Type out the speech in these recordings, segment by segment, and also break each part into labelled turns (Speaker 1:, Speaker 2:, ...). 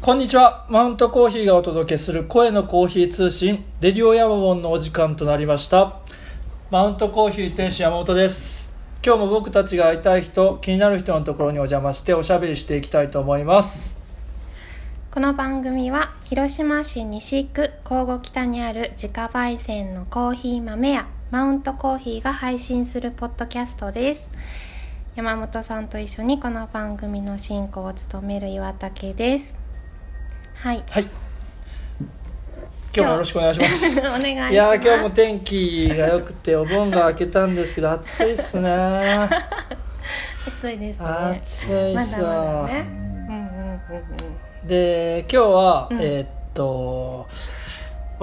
Speaker 1: こんにちは。マウントコーヒーがお届けする声のコーヒー通信、レディオヤマモンのお時間となりました。マウントコーヒー店主山本です。今日も僕たちが会いたい人、気になる人のところにお邪魔しておしゃべりしていきたいと思います。
Speaker 2: この番組は広島市西区江後北にある自家焙煎のコーヒー豆屋マウントコーヒーが配信するポッドキャストです山本さんと一緒にこの番組の進行を務める岩竹ですはい
Speaker 1: はい。今日もよろしくお願いします。
Speaker 2: お願いします
Speaker 1: いやー今日も天気が良くてお盆が明けたんですけど暑いっすね
Speaker 2: 暑いですね
Speaker 1: 暑い
Speaker 2: ま
Speaker 1: っす
Speaker 2: だまだ
Speaker 1: わ、
Speaker 2: ねうんうん
Speaker 1: で今日は、
Speaker 2: うん
Speaker 1: えーっと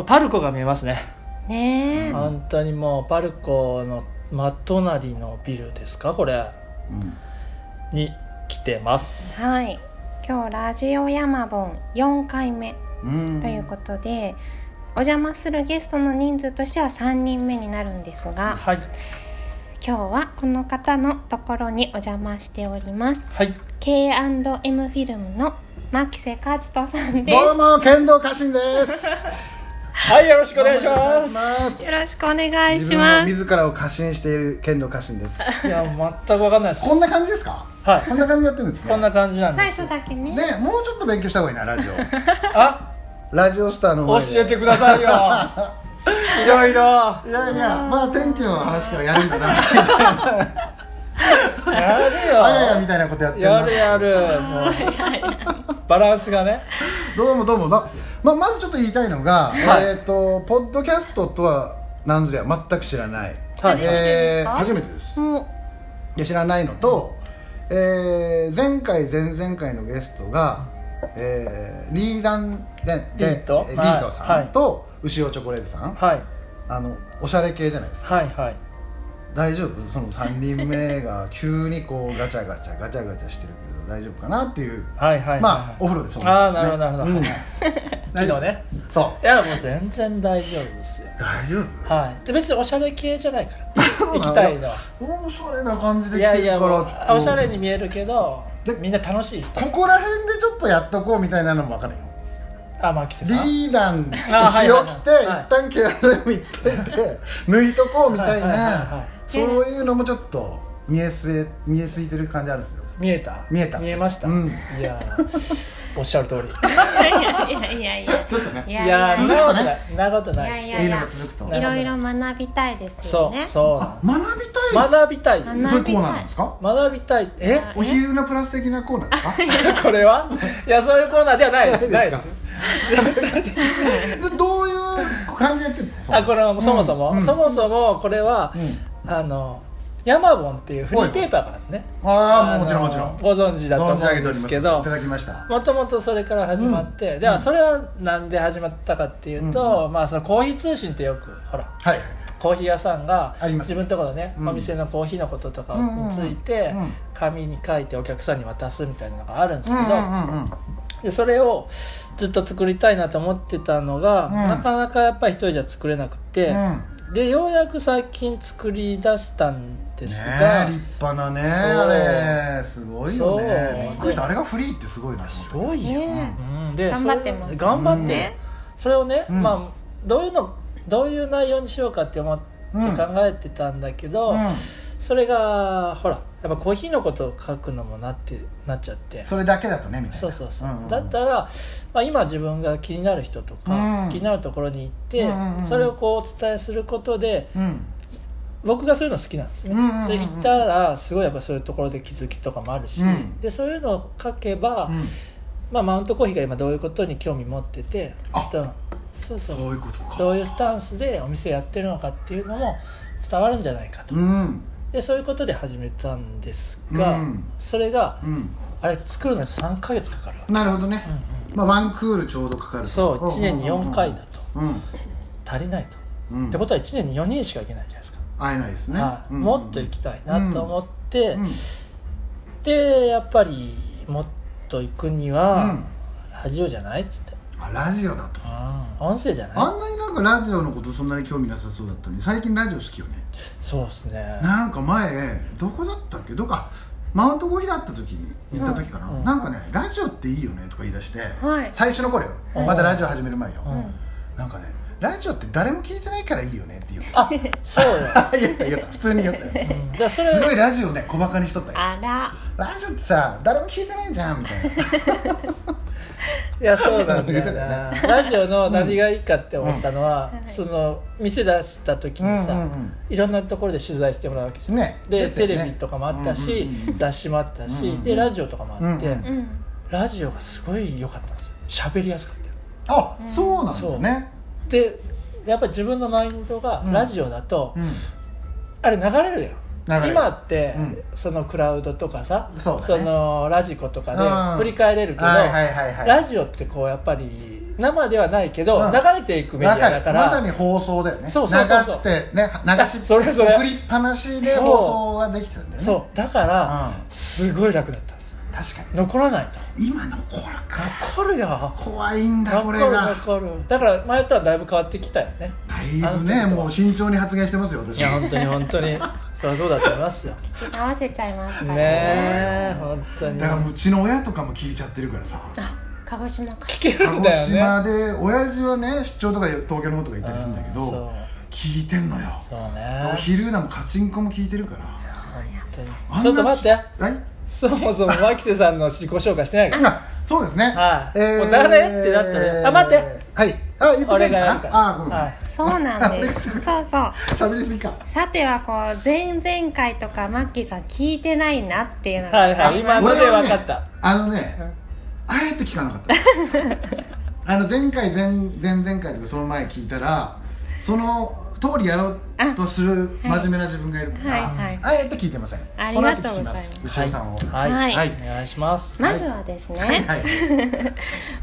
Speaker 1: パルコが見えますね、
Speaker 2: うんうんねえ
Speaker 1: 本当にもうパルコの真隣のビルですかこれ
Speaker 3: うん
Speaker 1: に来てます
Speaker 2: はい今日ラジオ山本4回目
Speaker 3: うん
Speaker 2: ということで、お邪魔するゲストの人数としては3人目になるんですが
Speaker 1: はい
Speaker 2: 今日はこの方のところにお邪魔しております
Speaker 1: はい
Speaker 2: K&M フィルムの牧瀬和人さんで
Speaker 3: どうも剣道家臣です。
Speaker 1: はいよろしくお願いし
Speaker 3: お願
Speaker 1: ま
Speaker 3: いし
Speaker 1: す
Speaker 3: ます
Speaker 2: すよろしくお願い
Speaker 3: 自
Speaker 2: し
Speaker 3: 分は
Speaker 2: ます
Speaker 3: 自らを過信している剣道家臣です。
Speaker 1: いや全く分かんないです
Speaker 3: こんな感じですか？
Speaker 1: は
Speaker 3: こ
Speaker 1: い
Speaker 3: んな感じでやってるんです
Speaker 1: こん
Speaker 3: ね。
Speaker 1: な感じなん
Speaker 2: 最
Speaker 1: です
Speaker 2: 初だけね
Speaker 3: ね、もうちょっと勉強した方がいいなラジオ。
Speaker 1: あ
Speaker 3: ラジオスターの
Speaker 1: 教
Speaker 3: 前で
Speaker 1: えてくださいよ いろいろ
Speaker 3: いやいや、まあ天気の話からやるん だな。
Speaker 1: やるよ
Speaker 3: あややみたいなことやって
Speaker 1: や
Speaker 3: ま
Speaker 1: る
Speaker 3: す。
Speaker 1: やるもうバランスがね
Speaker 3: どうもどうもな。まあまずちょっと言いたいのが、
Speaker 1: はい
Speaker 3: えっとポッドキャストとは何ぞや全く知らない。
Speaker 1: はい
Speaker 3: えー
Speaker 2: 初
Speaker 3: 初めてです。
Speaker 2: もう
Speaker 3: で知らないのと、えー前回前々回のゲストが、えーリーダンでで
Speaker 1: リート
Speaker 3: えリートさんと、牛尾チョコレートさん
Speaker 1: はい
Speaker 3: あのおしゃれ系じゃないですか
Speaker 1: はいはい
Speaker 3: 大丈夫その3人目が急にこ うガチャガチャガチャガチャしてるけど大丈夫かなっていう、
Speaker 1: はいはい
Speaker 3: まあお風呂でそう
Speaker 1: ああなるほどなるほど、
Speaker 3: うん
Speaker 1: い
Speaker 3: 大丈
Speaker 1: 昨
Speaker 3: 夫
Speaker 1: 日ね
Speaker 3: そう
Speaker 1: やもう全然大丈夫ですよ
Speaker 3: 大丈夫
Speaker 1: はいで別におしゃれ系じゃないから 行きたいのは
Speaker 3: おしゃれな感じで
Speaker 1: い
Speaker 3: 来
Speaker 1: や
Speaker 3: て
Speaker 1: いや
Speaker 3: るか
Speaker 1: も
Speaker 3: ら
Speaker 1: う
Speaker 3: ちょっと
Speaker 1: おしゃれに見えるけど
Speaker 3: で
Speaker 1: みんな楽しい人
Speaker 3: ここら辺でちょっとやっとこうみたいなのも分からんよ
Speaker 1: あマキセさん
Speaker 3: リーダン
Speaker 1: あはい
Speaker 3: 牛を着て
Speaker 1: はい
Speaker 3: 一旦毛穴でも行っとい て抜いとこうみたい
Speaker 1: はいはいはいは
Speaker 3: ないそういうのもちょっと見え据え見えすいてる感じあるんですよ
Speaker 1: 見えた
Speaker 3: 見えた
Speaker 1: 見えました、
Speaker 3: うん
Speaker 1: い やーおっしゃる通り
Speaker 2: いやいやいや
Speaker 3: ちょっとね
Speaker 2: い
Speaker 1: い
Speaker 2: やい
Speaker 1: や
Speaker 2: や
Speaker 1: ー
Speaker 3: 続
Speaker 1: な
Speaker 3: く
Speaker 1: ことと
Speaker 3: ね
Speaker 1: ないなことないです
Speaker 2: い
Speaker 3: い
Speaker 2: やいや
Speaker 3: いのが続くと
Speaker 2: いろいろ学びたいですよ
Speaker 1: そ
Speaker 2: ね
Speaker 1: うそう
Speaker 3: あ学びたい
Speaker 1: 学びたい
Speaker 2: 学びたい
Speaker 3: そういうコーナーなんですか
Speaker 1: 学びたいえ
Speaker 3: お昼のプラス的なコーナーですか
Speaker 1: これはいやそういうコーナーではないですな
Speaker 3: ない
Speaker 1: い
Speaker 3: で
Speaker 1: です
Speaker 3: すかでどういう感じでやってるの
Speaker 1: あこれはもうそもそも、
Speaker 3: うんうん
Speaker 1: そもそもこれは、
Speaker 3: う
Speaker 1: あのヤマボンっていうフリーペーパーがあるね
Speaker 3: ああもちろん
Speaker 1: の
Speaker 3: もちろん
Speaker 1: ご存知だと思うん
Speaker 3: 存じ上げて
Speaker 1: で
Speaker 3: おり
Speaker 1: す
Speaker 3: ます
Speaker 1: け
Speaker 3: い
Speaker 1: ど
Speaker 3: ただきました
Speaker 1: もともとそれから始まって、
Speaker 3: うん
Speaker 1: ではそれはなんで始まったかっていうと、まあそのコーヒー通信ってよくほら
Speaker 3: はい
Speaker 1: コーヒー屋さんが
Speaker 3: あります
Speaker 1: 自分のところね、
Speaker 3: うん
Speaker 1: お店のコーヒーのこととかについて
Speaker 3: うんうんうん
Speaker 1: 紙に書いてお客さんに渡すみたいなのがあるんです
Speaker 3: うん
Speaker 1: け
Speaker 3: う
Speaker 1: ど、
Speaker 3: んうんうん
Speaker 1: でそれをずっと作りたいなと思ってたのが、
Speaker 3: うん
Speaker 1: なかなかやっぱり一人じゃ作れなくて、
Speaker 3: うん
Speaker 1: でようやく最近作り出したんです
Speaker 3: ね
Speaker 1: が、
Speaker 3: え立派なね
Speaker 1: そう
Speaker 3: あれすごいよ
Speaker 1: そう
Speaker 3: ねびっくりしたあれがフリーってすごいな
Speaker 1: すごいよ、
Speaker 2: ね
Speaker 1: うんで
Speaker 2: 頑張ってます
Speaker 1: それ頑張ってる
Speaker 2: ね
Speaker 1: それをね、
Speaker 3: うん
Speaker 1: まあどういうのどういう内容にしようかって思って考えてたんだけど、
Speaker 3: うん
Speaker 1: それがほらやっぱコーヒーのことを書くのもなってなっちゃって
Speaker 3: それだけだとねみたいな
Speaker 1: そうそうそう、
Speaker 3: んんん
Speaker 1: だったら、まあ、今自分が気になる人とか、
Speaker 3: うん
Speaker 1: 気になるところに行って、
Speaker 3: うんうんうん
Speaker 1: それをこうお伝えすることで
Speaker 3: うん
Speaker 1: 僕がそういうの好きなんですね、
Speaker 3: うんうんうんうん
Speaker 1: で行ったらすごいやっぱそういうところで気づきとかもあるし、
Speaker 3: うん
Speaker 1: でそういうのを書けば、
Speaker 3: うん
Speaker 1: まあ、マウントコーヒーが今どういうことに興味持ってて
Speaker 3: あ
Speaker 1: とそうそう
Speaker 3: そういうことか
Speaker 1: どういうスタンスでお店やってるのかっていうのも伝わるんじゃないかと、
Speaker 3: うん
Speaker 1: でそういうことで始めたんですが、
Speaker 3: うん
Speaker 1: それが
Speaker 3: うん
Speaker 1: あれ作るのに3ヶ月かかるわ
Speaker 3: なるほどねまあワンクールちょうどかかる
Speaker 1: そうん
Speaker 3: んん
Speaker 1: 1年に4回だと
Speaker 3: うん
Speaker 1: 足りないと、
Speaker 3: うん
Speaker 1: ってことは1年に4人しか行けないじゃないですか、
Speaker 3: 会えないですね
Speaker 1: はい
Speaker 3: うん
Speaker 1: もっと行きたいなと思って、
Speaker 3: うん
Speaker 1: でやっぱりもっと行くに
Speaker 3: う
Speaker 1: は
Speaker 3: ん、
Speaker 1: ラジオじゃないっつって、
Speaker 3: あラジオだと
Speaker 1: うん、音声じゃない
Speaker 3: あんなになんかラジオのことそんなに興味なさそうだったのに最近ラジオ好きよね
Speaker 1: そうですね
Speaker 3: なんか前どこだったっけどっかマウントコーヒーだった時に行った時かな、
Speaker 1: うん
Speaker 3: なんかねラジオっていいよねとか言い出して、
Speaker 2: はい
Speaker 3: 最初の頃よ、
Speaker 1: はい
Speaker 3: まだラジオ始める前よ、
Speaker 1: うん
Speaker 3: なんかねラジオって誰も聞いてないからいいよねって言う
Speaker 1: あそうよ、
Speaker 3: 言った言った普通に言った よ
Speaker 1: うん、だそれ
Speaker 3: すごいラジオね小バカにしとったよ
Speaker 2: あら
Speaker 3: ラジオってさ誰も聞いてないじゃんみたい ない
Speaker 1: やそうなんだ
Speaker 3: 言
Speaker 1: よ
Speaker 3: ってたよ
Speaker 1: な、
Speaker 3: ね
Speaker 1: ラジオの何がいいかって思ったのは、
Speaker 2: うんうん
Speaker 1: その店出した時にさ、
Speaker 3: うんうん
Speaker 1: いろんなところで取材してもらうわけですよ、
Speaker 3: ね
Speaker 1: で
Speaker 3: 出て
Speaker 1: テ
Speaker 3: る
Speaker 1: レ
Speaker 3: ね
Speaker 1: ビとかもあったし、
Speaker 3: うんうんうん
Speaker 1: 雑誌もあったし、
Speaker 3: うんうん
Speaker 1: でラジオとかもあって、
Speaker 3: うんうん
Speaker 2: うん
Speaker 1: ラジオがすごい良かったんですよ喋りやすかったよ
Speaker 3: あ、
Speaker 2: うん
Speaker 3: そうなんだね
Speaker 1: でやっぱり自分のマインドが
Speaker 3: うん
Speaker 1: ラジオだと、
Speaker 3: うん
Speaker 1: あれ流れるやん
Speaker 3: 流れる
Speaker 1: 今って、
Speaker 3: うん
Speaker 1: そのクラウドとかさ
Speaker 3: そうだね
Speaker 1: のラジコと
Speaker 3: う
Speaker 1: かで
Speaker 3: ん
Speaker 1: 振り返れるけど、
Speaker 3: はいはいはいはい
Speaker 1: ラジオってこうやっぱり生ではないけど、
Speaker 3: うん
Speaker 1: 流れていくメディアだから
Speaker 3: まさに放送だよね
Speaker 1: そうそうそう
Speaker 3: 流してね流し
Speaker 1: それそれ
Speaker 3: 送りっぱなしで
Speaker 1: そう
Speaker 3: 放送ができてたんだよね
Speaker 1: そうだから、
Speaker 3: う
Speaker 1: すごい楽だったんです
Speaker 3: 確か
Speaker 1: 残らない
Speaker 3: に今のこらか
Speaker 1: と残るよ
Speaker 3: 怖いんだこ
Speaker 1: 残
Speaker 3: れ
Speaker 1: る
Speaker 3: が
Speaker 1: 残るだから前とはだいぶ変わってきたよね
Speaker 3: だいぶ
Speaker 1: あの時
Speaker 3: ね
Speaker 1: とは
Speaker 3: もう慎重に発言してますよ私
Speaker 1: いや本当に本当 にそりゃそうだと思いますよ
Speaker 2: 聞き合わせちゃいますから
Speaker 1: ね
Speaker 2: ね
Speaker 1: え本当に
Speaker 3: だからうちの親とかも聞いちゃってるか らさ
Speaker 2: あ鹿児島か
Speaker 1: 聞ける
Speaker 3: 鹿
Speaker 1: ん
Speaker 3: 児
Speaker 1: だよね
Speaker 3: 島で親父はね出張とか東京の方とか行ったりするんだけ
Speaker 1: うんそう
Speaker 3: ど聞いてんのよ
Speaker 1: そう
Speaker 3: お
Speaker 1: ね
Speaker 3: 昼なもカチンコも聞いてるから
Speaker 1: 本当に
Speaker 3: あんな
Speaker 1: ちょっと待って
Speaker 3: はい
Speaker 1: そもそも牧瀬さんの自己紹介してないから
Speaker 3: あそうですね
Speaker 1: はいもう誰ってなったねあ待って
Speaker 3: はいあ言ってくれ
Speaker 1: 俺
Speaker 3: る
Speaker 1: が
Speaker 3: か
Speaker 1: や
Speaker 3: な
Speaker 1: るから
Speaker 3: あごめん、
Speaker 1: はい
Speaker 2: そうなんです そうそう
Speaker 3: 喋りすぎか
Speaker 2: さてはこう前々回とかマッキーさん聞いてないなっていうのが
Speaker 1: はいはい今ので
Speaker 3: 俺は
Speaker 1: 分
Speaker 3: ね
Speaker 1: かった
Speaker 3: あのねあえて聞かなかった あの前回前前々回とかその前聞いたらその通りやろうとする真面目な自分がいるから、
Speaker 2: はいはい
Speaker 3: あえて聞いてません
Speaker 2: ありがとうございます
Speaker 3: この後聞きます牛尾さんを
Speaker 1: はい、
Speaker 2: はい
Speaker 1: はいお願いします
Speaker 2: まずはですね、
Speaker 3: はいはい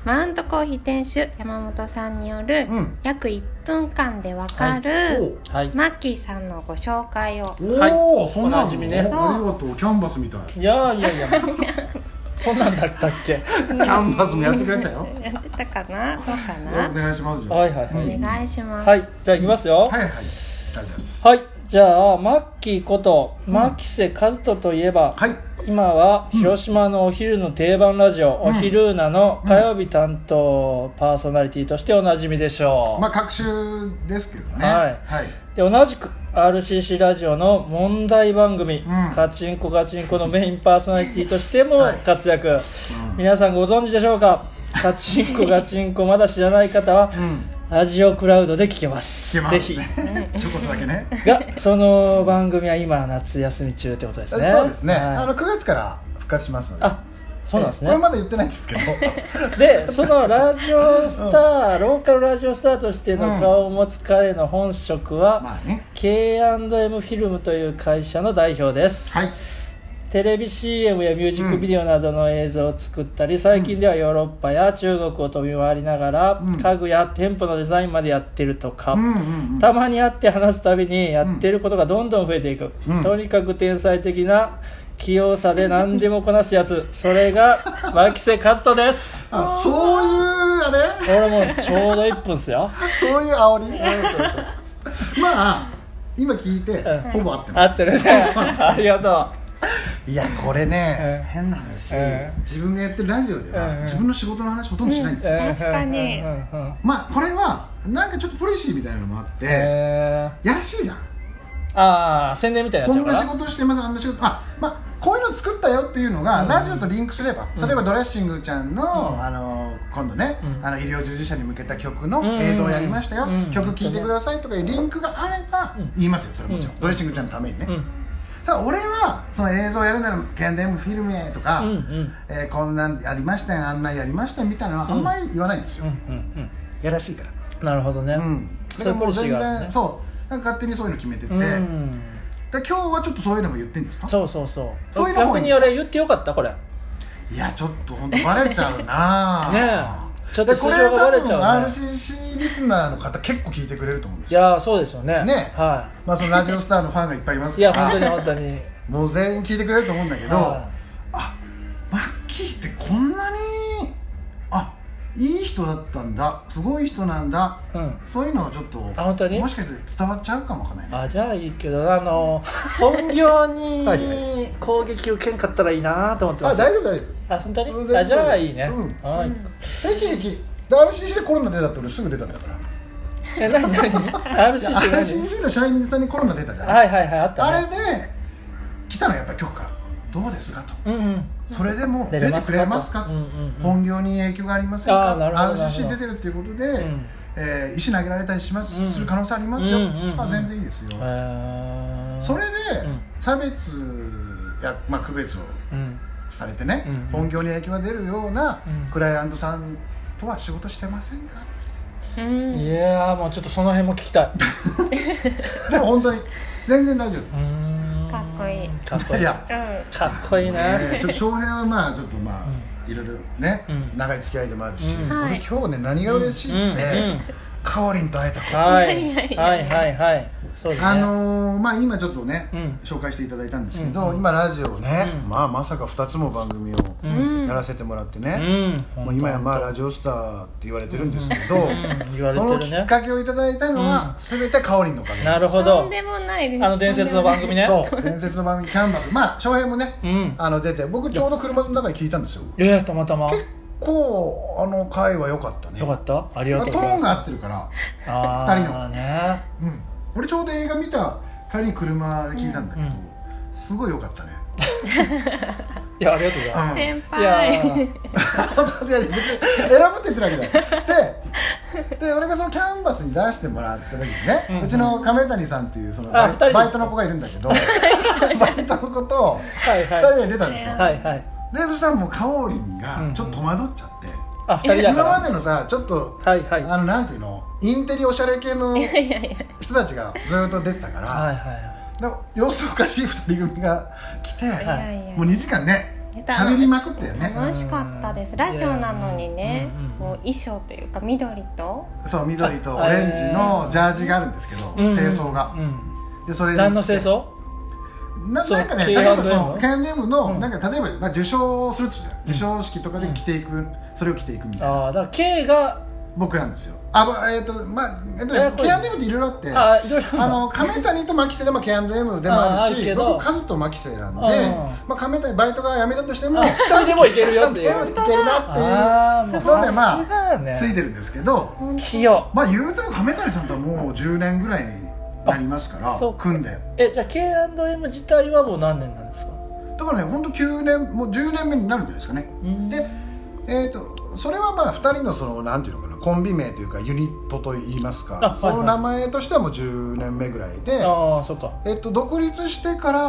Speaker 2: マウントコーヒー店主山本さんによる、
Speaker 3: うん
Speaker 2: 約1分間でわかる、
Speaker 1: はい
Speaker 2: マッキーさんのご紹介を
Speaker 3: おお、
Speaker 1: はい
Speaker 3: そんな
Speaker 1: おなじみね
Speaker 3: ありがとうキャンバスみたい
Speaker 1: いやいやいやそんなんだったっけ
Speaker 3: キャンバスもやってくれたよ
Speaker 2: やってたかなどうか
Speaker 3: お
Speaker 2: な
Speaker 3: 願いしますよ
Speaker 1: はいはい
Speaker 3: う
Speaker 2: お
Speaker 3: ん
Speaker 2: 願いします、
Speaker 1: はいじゃあいきますよ
Speaker 3: はいはいありがとうございます
Speaker 1: はい、じゃあマッキーこと牧瀬和人といえば、
Speaker 3: はい
Speaker 1: 今は広島のお昼の定番ラジオ、
Speaker 3: ん
Speaker 1: おひるーなの火曜日担当パーソナリティとしておなじみでしょう、
Speaker 3: まあ各種ですけどね
Speaker 1: はい
Speaker 3: はい
Speaker 1: で同じく RCC ラジオの問題番組、
Speaker 3: ん
Speaker 1: カチンコカチンコのメインパーソナリティとしても
Speaker 3: はい
Speaker 1: 活躍、皆さんご存知でしょうかカチンコガチンコまだ知らない方は、
Speaker 3: うん
Speaker 1: ラジオクラウドで聞けます
Speaker 3: 聞けます
Speaker 1: ぜひ
Speaker 3: ね ちょこっとだけね
Speaker 1: がその番組は今夏休み中ってことですね
Speaker 3: そうですね、
Speaker 1: はい
Speaker 3: あの9月から復活しますので
Speaker 1: あそうなんです
Speaker 3: これ
Speaker 1: ね
Speaker 3: まだ言ってないん ですけど
Speaker 1: でそのラジオスター、ローカルラジオスターとしての顔を持つ彼の本職は、
Speaker 3: まあね
Speaker 1: K&M フィルムという会社の代表です、
Speaker 3: はい
Speaker 1: テレビ CM やミュージックビデオなどの映像を作ったり、最近ではヨーロッパや中国を飛び回りながら、
Speaker 3: うん
Speaker 1: 家具や店舗のデザインまでやってるとか、
Speaker 3: うんうんうん
Speaker 1: たまに会って話すたびにやってることがどんどん増えていく、
Speaker 3: うん
Speaker 1: とにかく天才的な器用さで何でもこなすやつそれ が牧瀬和人です
Speaker 3: あそういうあれ
Speaker 1: 俺もうちょうど1分っすよ
Speaker 3: そういう煽 りまあ今聞いて、
Speaker 1: うん
Speaker 3: ほぼ合って
Speaker 1: 合
Speaker 3: ま
Speaker 1: って
Speaker 3: す
Speaker 1: るね ありがと
Speaker 3: いやこれね、
Speaker 1: うん
Speaker 3: 変な話、
Speaker 1: うん
Speaker 3: 自分がやってるラジオでは、
Speaker 1: うんうん
Speaker 3: 自分の仕事の話ほとんどしないんです
Speaker 1: う
Speaker 3: よ、
Speaker 2: 確かに
Speaker 1: うんうんうんうん
Speaker 3: まあこれはなんかちょっとポリシーみたいなのもあって、
Speaker 1: え
Speaker 3: やらしいじゃん
Speaker 1: ー、ああ宣伝みたいにな
Speaker 3: こ
Speaker 1: っちゃう
Speaker 3: ん
Speaker 1: か
Speaker 3: な
Speaker 1: ら
Speaker 3: 仕事してますあんな仕事あまあこういうの作ったよっていうのが、
Speaker 1: うん
Speaker 3: ラジオとリンクすれば例えばドレッシングちゃんの、
Speaker 1: うん
Speaker 3: あの今度ね、
Speaker 1: うん
Speaker 3: あの医療従事者に向けた曲の
Speaker 1: うんうんうん
Speaker 3: 映像をやりましたよ、
Speaker 1: うん
Speaker 3: 曲聴いてくださいとかいうリンクがあれば、
Speaker 1: うん
Speaker 3: 言いますよそれもちろん、
Speaker 1: う
Speaker 3: ドレッシングちゃんのためにね、
Speaker 1: うん
Speaker 3: ただ俺はその映像をやるなら「ケンデムフィルムへ」とか、
Speaker 1: うんうん
Speaker 3: えーこんなんやりましたよあんなんやりましたよみたいなのはあんまり言わないんです
Speaker 1: う
Speaker 3: よ、
Speaker 1: んうん
Speaker 3: やらしいから
Speaker 1: うんなるほどね、
Speaker 3: うん
Speaker 1: そ
Speaker 3: だ
Speaker 1: う
Speaker 3: か
Speaker 1: い
Speaker 3: ら
Speaker 1: うポ
Speaker 3: もう
Speaker 1: リシー
Speaker 3: 全然
Speaker 1: があるね
Speaker 3: そうなんか勝手にそういうの決めてて、
Speaker 1: う
Speaker 3: だか
Speaker 1: ん
Speaker 3: ら今日はちょっとそういうのも言ってんですか
Speaker 1: そうそうそう
Speaker 3: そういうのも
Speaker 1: 逆にあれ言ってよかったこれ
Speaker 3: いやちょっと本当バレちゃうな
Speaker 1: ねえちょっと
Speaker 3: でこれ
Speaker 1: 素性がバ
Speaker 3: 多
Speaker 1: レち
Speaker 3: 分
Speaker 1: ゃうね
Speaker 3: RCC リスナーの方結構聞いてくれると思うんです
Speaker 1: い
Speaker 3: よ
Speaker 1: やーそうですよね
Speaker 3: ね
Speaker 1: は
Speaker 3: まあそのラジオスターのファンがいっぱいいます
Speaker 1: いい
Speaker 3: か
Speaker 1: や本当に
Speaker 3: ら
Speaker 1: 本当に
Speaker 3: もう全員聞いてくれると思うんだけど
Speaker 1: は
Speaker 3: あマッキーってこんなにあいい人だったんだすごい人なんだ
Speaker 1: うん
Speaker 3: そういうのはちょっと
Speaker 1: あ本当に
Speaker 3: もしかして伝わっちゃうかもわかんないね
Speaker 1: あじゃあいいけどあ の本業
Speaker 3: はい
Speaker 1: に攻撃受けんかったらいいなと思ってま
Speaker 3: あ
Speaker 1: す
Speaker 3: 大丈夫大丈
Speaker 1: あ本当
Speaker 3: うん全
Speaker 1: に
Speaker 3: 然
Speaker 1: あじゃあいいね、
Speaker 3: うん
Speaker 1: はい
Speaker 3: 夫平気平気で RCC でコロナ出たって俺すぐ出たんだから
Speaker 1: え何何 RCC 何
Speaker 3: RCC の社員さんにコロナ出たじゃん、
Speaker 1: はいはいはいあった、
Speaker 3: あれ
Speaker 1: ね、
Speaker 3: で来たのやっぱり局から「どうですか?」と
Speaker 1: うんうん
Speaker 3: 「それでも
Speaker 1: 出
Speaker 3: 出
Speaker 1: れ
Speaker 3: て
Speaker 1: ますか
Speaker 3: くれますか?」
Speaker 1: うんうんうん
Speaker 3: 本業に影響がありません
Speaker 1: あー
Speaker 3: か
Speaker 1: なるほどなるほど
Speaker 3: RCC 出てるっていうことで、
Speaker 1: ん
Speaker 3: えー石投げられたりします、
Speaker 1: うん
Speaker 3: する可能性ありますよ、
Speaker 1: うんうんうん
Speaker 3: あ全然いいですよ、
Speaker 1: えー
Speaker 3: それで、
Speaker 1: うん
Speaker 3: 差別や、まあ、区別を
Speaker 1: うん
Speaker 3: されてね、
Speaker 1: うんうん
Speaker 3: 本業に影響が出るような
Speaker 1: うん
Speaker 3: クライアントさんとは仕事してませんかつって
Speaker 2: うん
Speaker 1: いやーもうちょっとその辺も聞きたいう
Speaker 3: でも本当に全然大丈
Speaker 1: ーん
Speaker 2: かっこいい
Speaker 1: かっこ
Speaker 3: 夫
Speaker 1: いい
Speaker 3: いや
Speaker 2: うん
Speaker 1: かっこいいな、
Speaker 3: ねちょっと翔平はまあちょっとまあ、いろいろね、
Speaker 1: うん
Speaker 3: 長い付き合いでもあるし、
Speaker 1: うん
Speaker 2: はい
Speaker 3: 俺今日ね何が嬉しいって、
Speaker 1: うんうん
Speaker 3: かおりんと会えたこと
Speaker 1: はいはいはいはいそうですね
Speaker 3: あのーまあ今ちょっとね、
Speaker 1: うん
Speaker 3: 紹介していただいたんですけど、
Speaker 1: うんうん
Speaker 3: 今ラジオね、
Speaker 1: うん
Speaker 3: まあまさか2つも番組を
Speaker 2: うん
Speaker 3: やらせてもらって
Speaker 1: う
Speaker 3: ね、
Speaker 1: ん
Speaker 3: もう今やまあラジオスターって言われてるんですけど、
Speaker 1: うんうん言われて
Speaker 3: そ
Speaker 1: るね
Speaker 3: のきっかけをいただいたのは、
Speaker 1: う
Speaker 3: 全てかおりんのおかげ
Speaker 1: なるほ
Speaker 2: と
Speaker 1: ど
Speaker 2: んでもないです
Speaker 1: あの伝説の番組ね
Speaker 3: そう伝説の番組キャンバスまあ翔平もね、
Speaker 1: うん
Speaker 3: あの出て僕ちょうど車の中で聞いたんですよ
Speaker 1: えー、たまたま
Speaker 3: 結構あの回は良かったね
Speaker 1: よかったありが
Speaker 3: まあ
Speaker 1: と
Speaker 3: ト
Speaker 1: うござ
Speaker 3: ー
Speaker 1: い
Speaker 3: ン
Speaker 1: ま
Speaker 3: が
Speaker 1: す
Speaker 3: 合ってるから、
Speaker 1: あ
Speaker 3: 二人の
Speaker 1: ーね
Speaker 3: うん、俺ちょうど映画見た帰りに車で聞いたんだけど、
Speaker 1: うん
Speaker 3: すごい良かったね、
Speaker 1: いやありがとうございますいやー
Speaker 2: 先輩
Speaker 3: うん いや別に選ぶって言ってるわけだよでで俺がそのキャンバスに出してもらった時にね、
Speaker 1: う
Speaker 3: うん
Speaker 1: うん
Speaker 3: ちの亀谷さんっていうその
Speaker 1: あ
Speaker 3: バ
Speaker 1: 二人で
Speaker 3: イバイトの子がいるんだ けどバイトの子と
Speaker 1: はい
Speaker 3: 2
Speaker 1: は
Speaker 3: 人で出たんですよ、
Speaker 1: いはいはい
Speaker 3: でそしたらもうかおりん
Speaker 1: うんう
Speaker 3: が
Speaker 1: ん
Speaker 3: ちょっと戸惑っちゃって、
Speaker 1: あ二人だか
Speaker 3: 今ま
Speaker 1: ら
Speaker 3: でのさちょっと、
Speaker 1: はいはいはい
Speaker 3: あのなんていうのインテリおしゃれ系の人たちがずっと出てたから、
Speaker 1: はいは
Speaker 3: でも様子おかしい2人組が来て、
Speaker 1: はい
Speaker 2: いやいや
Speaker 3: もう2時間ね
Speaker 2: ネタ
Speaker 3: 喋りまくったよね
Speaker 2: 楽しかったですラジオなのにね
Speaker 1: うんうん
Speaker 2: こう衣装というか緑と
Speaker 3: そう緑とオ
Speaker 1: あ
Speaker 3: レンジのジャージがあるんですけど、
Speaker 1: いうん
Speaker 3: 清掃が
Speaker 1: う、ん
Speaker 3: でそれ
Speaker 1: 何の清掃
Speaker 3: な
Speaker 1: そう
Speaker 3: なんかね
Speaker 1: K&M
Speaker 3: 例えばその
Speaker 1: の
Speaker 3: K&M の、
Speaker 1: うん
Speaker 3: なんか例えば、まあ、受賞するとするじゃん受賞式とかで着ていく、それを着ていくみたいな
Speaker 1: ああだから K が
Speaker 3: 僕なんですよあぼえっ、とまあ、えっと
Speaker 1: やや
Speaker 3: ね
Speaker 1: こいい
Speaker 3: K&M っていろいろあって
Speaker 1: あいろいろ
Speaker 3: あの亀谷と牧瀬でも K&M でもある
Speaker 1: あーある
Speaker 3: し
Speaker 1: けど
Speaker 3: 僕カズと牧瀬なん
Speaker 1: うん
Speaker 3: で、まあ、亀谷バイトが辞めたとしても
Speaker 1: あ一人でもいけるよ ってい
Speaker 3: K&M で
Speaker 1: う
Speaker 3: いけるな
Speaker 1: あー
Speaker 3: ってい
Speaker 1: もう
Speaker 3: うところで
Speaker 1: さすが
Speaker 3: ま
Speaker 1: や
Speaker 3: あ、
Speaker 1: ね
Speaker 3: ついてるんですけど
Speaker 1: 器用
Speaker 3: まあ言うても亀谷さんとはもう10年ぐらいになりますから
Speaker 1: あそう
Speaker 3: 組んで
Speaker 1: えじゃあ K&M 自体はもう何年なんですか
Speaker 3: だからね本当9年もう10年目になるんじゃないですかね
Speaker 1: うん
Speaker 3: でえー、とそれはまあ2人のそのなんていうのかなコンビ名というかユニットといいますか、
Speaker 1: あはいはい
Speaker 3: その名前としてはもう10年目ぐらいで、
Speaker 1: ああそっか
Speaker 3: えー、と独立してから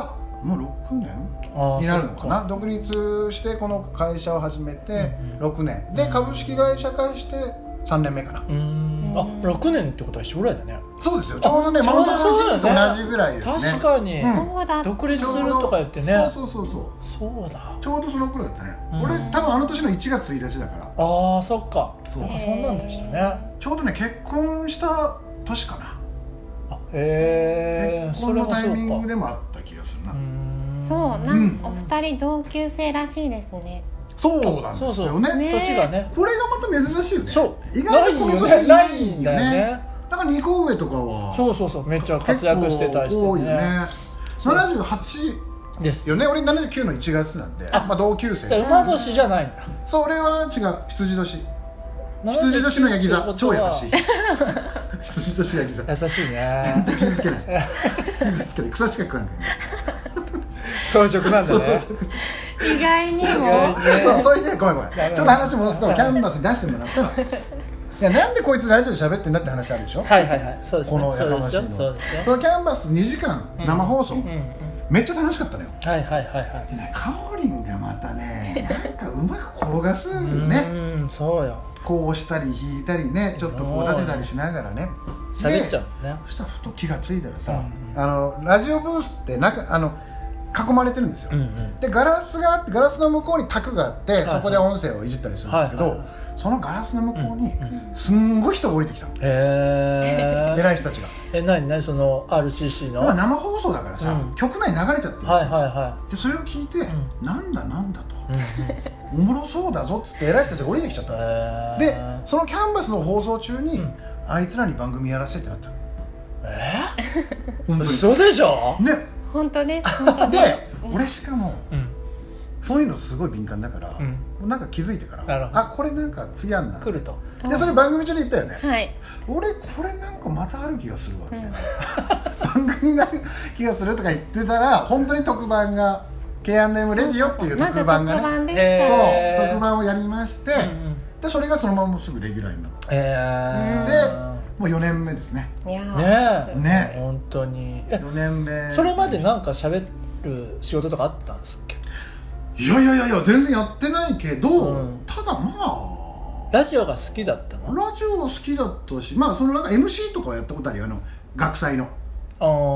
Speaker 3: もう6年
Speaker 1: ああ
Speaker 3: になるのか
Speaker 1: そ
Speaker 3: な独立してこの会社を始めて
Speaker 1: うん
Speaker 3: 6年、で株式会社化して3年目かな、
Speaker 1: うかうーんあ六年ってことは一緒ぐらいだね
Speaker 3: そうですよちょうどね
Speaker 1: ち
Speaker 3: マ
Speaker 1: ょ
Speaker 3: ウ
Speaker 1: う
Speaker 3: ン
Speaker 1: ど
Speaker 3: ト
Speaker 1: そうだよね
Speaker 3: コーヒーと同じぐらいですね
Speaker 1: 確かに、
Speaker 3: うん
Speaker 2: そうだ
Speaker 1: 独立
Speaker 3: ちょう
Speaker 1: す
Speaker 3: ど
Speaker 1: るとか言ってね
Speaker 3: そうそうそうそう
Speaker 1: そうだ
Speaker 3: ちょうどその頃だったね、
Speaker 1: うん
Speaker 3: 俺多分あの年の1月1日だから
Speaker 1: ああそっか
Speaker 3: そう
Speaker 1: なんかそんなんでしたね
Speaker 3: ちょうどね結婚した年かな
Speaker 1: あへえ
Speaker 3: 結
Speaker 1: そ
Speaker 3: 婚
Speaker 1: れ
Speaker 3: の
Speaker 1: も
Speaker 3: タイ
Speaker 1: そう
Speaker 3: ミング
Speaker 1: か
Speaker 3: でもあった気がするな、
Speaker 1: うーん
Speaker 2: そうな
Speaker 3: うん
Speaker 2: んお二人同級生らしいですね
Speaker 3: そうなんですよね
Speaker 2: ね
Speaker 1: 年がね
Speaker 3: これがまた珍しいよね
Speaker 1: そう
Speaker 3: 意外とこの年い
Speaker 1: な
Speaker 3: ないい
Speaker 1: ん
Speaker 3: よ
Speaker 1: だ
Speaker 3: ね
Speaker 1: よね
Speaker 3: だから2個上とかは
Speaker 1: そうそうそうめっちゃ活躍してたりして
Speaker 3: 結構多いよ
Speaker 1: ね
Speaker 3: ね78
Speaker 1: です
Speaker 3: よね俺79の1月なんで
Speaker 1: あ
Speaker 3: まあ、同級
Speaker 1: じゃあ
Speaker 3: 生
Speaker 1: 馬年じゃないんだ
Speaker 3: それは違う羊年羊年のヤギ座超優しい 羊年ヤギ座
Speaker 1: 優しいね
Speaker 3: 傷つけない傷つけない草しか食わない
Speaker 1: 装飾なんだね
Speaker 2: 意外に
Speaker 1: 意外
Speaker 2: も
Speaker 1: に
Speaker 3: そうそれでごめんごめんち
Speaker 1: ダ
Speaker 3: ょ
Speaker 1: メ
Speaker 3: っと話戻すとキャンバスに出してもらったのいやなんでこいつラジオで喋ってんだって話あるでしょ、
Speaker 1: はいはいはいそうですね
Speaker 3: このやかましい
Speaker 1: そうですよそ
Speaker 3: の
Speaker 1: う
Speaker 3: そ
Speaker 1: ですよ
Speaker 3: のキャンバス2時間生放送、
Speaker 1: うんうん
Speaker 3: めっちゃ楽しかったのよ
Speaker 1: はいはいはいはい
Speaker 3: でねかおりんがまたねなんかうまく転がすよね
Speaker 1: うんそうよ
Speaker 3: こうしたり引いたりねちょっとこう立てたりしながらね
Speaker 1: 喋っちゃうもんね
Speaker 3: そしたらふと気がついたらさ、
Speaker 1: う
Speaker 3: あのラジオブースってなんかあの囲まれてるんですよ、
Speaker 1: うんうん
Speaker 3: でガラスがあってガラスの向こうに卓があって、
Speaker 1: はい
Speaker 3: そこで音声をいじったりするんですけど、
Speaker 1: はいはい
Speaker 3: そのガラスの向こうに、
Speaker 1: うん
Speaker 3: すんごい人が降りてきたの、
Speaker 1: へえ
Speaker 3: 偉い人たちが
Speaker 1: え何何その RCC の
Speaker 3: まあ
Speaker 1: はい
Speaker 3: 生放送だからさ、
Speaker 1: うん
Speaker 3: 局内流れちゃってる、
Speaker 1: はいは
Speaker 3: でそれを聞いて、
Speaker 1: ん
Speaker 3: なんだなんだと
Speaker 1: いうんうん
Speaker 3: おもろそうだぞっつって偉い人たちが降りてきちゃったの
Speaker 1: えー、
Speaker 3: でそのキャンバスの放送中に、
Speaker 1: うん
Speaker 3: あいつらに番組やらせてってなった
Speaker 1: え
Speaker 3: 本
Speaker 1: ー、
Speaker 3: 当に
Speaker 1: 嘘でしょ、
Speaker 3: ね
Speaker 2: 本当です本当
Speaker 3: で
Speaker 2: で
Speaker 3: 俺しかも
Speaker 1: うん
Speaker 3: そういうのすごい敏感だから、なんか気づいてか
Speaker 1: なる
Speaker 3: ら
Speaker 1: ほど
Speaker 3: あこれなんか次やんな
Speaker 1: 来ると
Speaker 3: でそれ番組中に言ったよね
Speaker 2: すはい
Speaker 3: 俺これなんかまたある気がするわみたいな、番組になる気がするとか言ってたら本当に特番が「K&M レディオ」っていう
Speaker 2: まず
Speaker 3: 特
Speaker 2: 特
Speaker 3: 番がね
Speaker 2: 番でし
Speaker 3: そう
Speaker 1: え
Speaker 2: た
Speaker 1: へー
Speaker 3: 特番をやりまして、
Speaker 1: うんうん
Speaker 3: でそれがそのまますぐレギュラーになって
Speaker 1: えー、
Speaker 3: もう4年目ですね
Speaker 2: いや
Speaker 1: ねえ
Speaker 2: ー
Speaker 3: ね
Speaker 1: 本当にえ
Speaker 3: 4年目
Speaker 1: それまでなんか喋る仕事とかあったんですっけ
Speaker 3: いやいやいやいや全然やってないけど、
Speaker 1: うん
Speaker 3: ただまあ
Speaker 1: ラジオが好きだったの
Speaker 3: ラジオ好きだったしまあそのなんか MC とかはやったことあるよあの学祭の、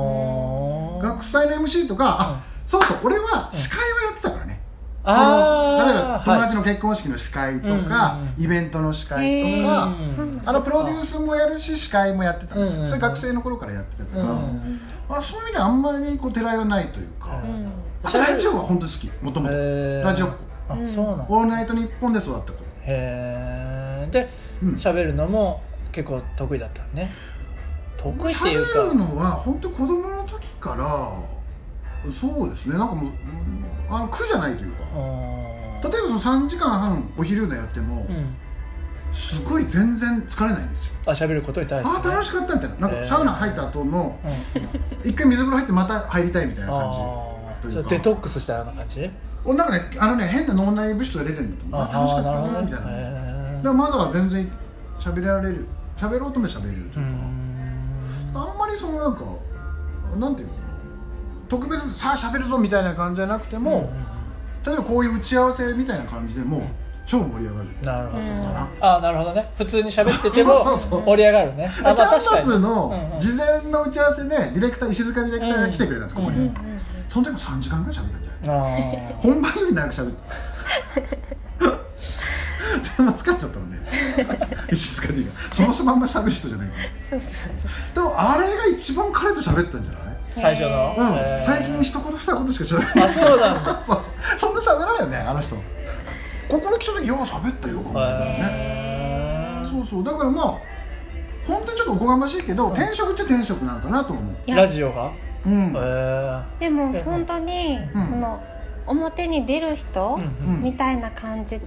Speaker 1: あー
Speaker 3: 学祭の MC とか、あそうそう俺は司会はやってたからね、その
Speaker 1: あー
Speaker 3: 例えば友達
Speaker 1: は
Speaker 3: の結婚式の司会と
Speaker 1: うん
Speaker 3: か、
Speaker 1: うんうん
Speaker 3: イベントの司
Speaker 2: へ
Speaker 3: 会
Speaker 2: ー
Speaker 3: とか、
Speaker 1: うん
Speaker 2: そうなんだ
Speaker 3: あのプロデュースもやるし司会もやってたんで
Speaker 1: うん
Speaker 3: す、
Speaker 1: うんうん
Speaker 3: それ学生の頃からやってたから、
Speaker 1: うん
Speaker 3: まあ、そういう意味ではあんまりこうてらいはないというか、
Speaker 1: う
Speaker 2: うん
Speaker 3: あとラジオは本当に好きもともと
Speaker 1: へー
Speaker 3: ラジオっ子
Speaker 1: あ
Speaker 2: うん
Speaker 1: そうな
Speaker 3: 「
Speaker 1: の
Speaker 3: オールナイトニッポン」で育った子
Speaker 1: へえで
Speaker 3: うん
Speaker 1: 喋るのも結構得意だったのね得意っていう
Speaker 3: 喋る
Speaker 1: か
Speaker 3: のは本当子供の時からそうですねなんかもううんあの苦じゃないというか
Speaker 1: うん
Speaker 3: 例えばその3時間半お昼寝やっても、
Speaker 1: うん
Speaker 3: すごい全然疲れないんですよ
Speaker 1: あ喋ることに対して
Speaker 3: ああ楽しかったみたいななん
Speaker 1: えー
Speaker 3: かサウナ入った後の
Speaker 1: うん
Speaker 3: 一回水風呂入ってまた入りたいみたいな感じ
Speaker 1: あ
Speaker 3: と
Speaker 1: ー
Speaker 3: いう
Speaker 1: ち
Speaker 3: か
Speaker 1: ょっとデトックスしたような感じ
Speaker 3: おなんかねあのね変な脳内物質が出てるんだと思うあ楽しかったなみたいなだから
Speaker 1: な
Speaker 3: まだは全然喋られる喋ろうとも喋れるというか、あんまりそのなんかなんていうのかな特別さあ喋るぞみたいな感じじゃなくても、例えばこういう打ち合わせみたいな感じでもう超盛り上がる
Speaker 1: なるほど
Speaker 2: うん
Speaker 3: かな、
Speaker 1: あーなるほどね普通に喋ってても
Speaker 3: そうそう
Speaker 1: 盛り上がるね
Speaker 3: キャ
Speaker 1: あ
Speaker 3: ン
Speaker 1: まあ
Speaker 3: パ
Speaker 1: 確か
Speaker 3: ス
Speaker 1: に
Speaker 3: の事前の打ち合わせでディレクター石塚ディレクターが来てくれたんです、
Speaker 1: うん
Speaker 3: ここ
Speaker 2: うん
Speaker 3: に、
Speaker 2: うん
Speaker 3: その時も3時間ぐらい喋ったんじゃない
Speaker 1: あ
Speaker 3: 本番より長く喋ったでも疲れちゃっ たもんね石塚 D がそのまんま喋る人じゃないから
Speaker 2: そうそうそう
Speaker 3: でもあれが一番彼と喋ったんじゃない
Speaker 1: ー最初の
Speaker 3: うん、
Speaker 1: えー
Speaker 3: 最近一言二言しか喋らない
Speaker 1: あそうなんだ
Speaker 3: そうそうそんな喋らないよねあの人ここに来た時よう喋ったよここまでね
Speaker 1: へー
Speaker 3: そうそうだからまあ本当にちょっとおこがましいけど転職っちゃ転職なんかなと思う
Speaker 2: いや
Speaker 1: ラジオが
Speaker 3: うん、
Speaker 1: へ
Speaker 2: でも本当に、
Speaker 3: うん
Speaker 2: その表に出る人、
Speaker 1: ー
Speaker 3: うん
Speaker 2: みたいな感じ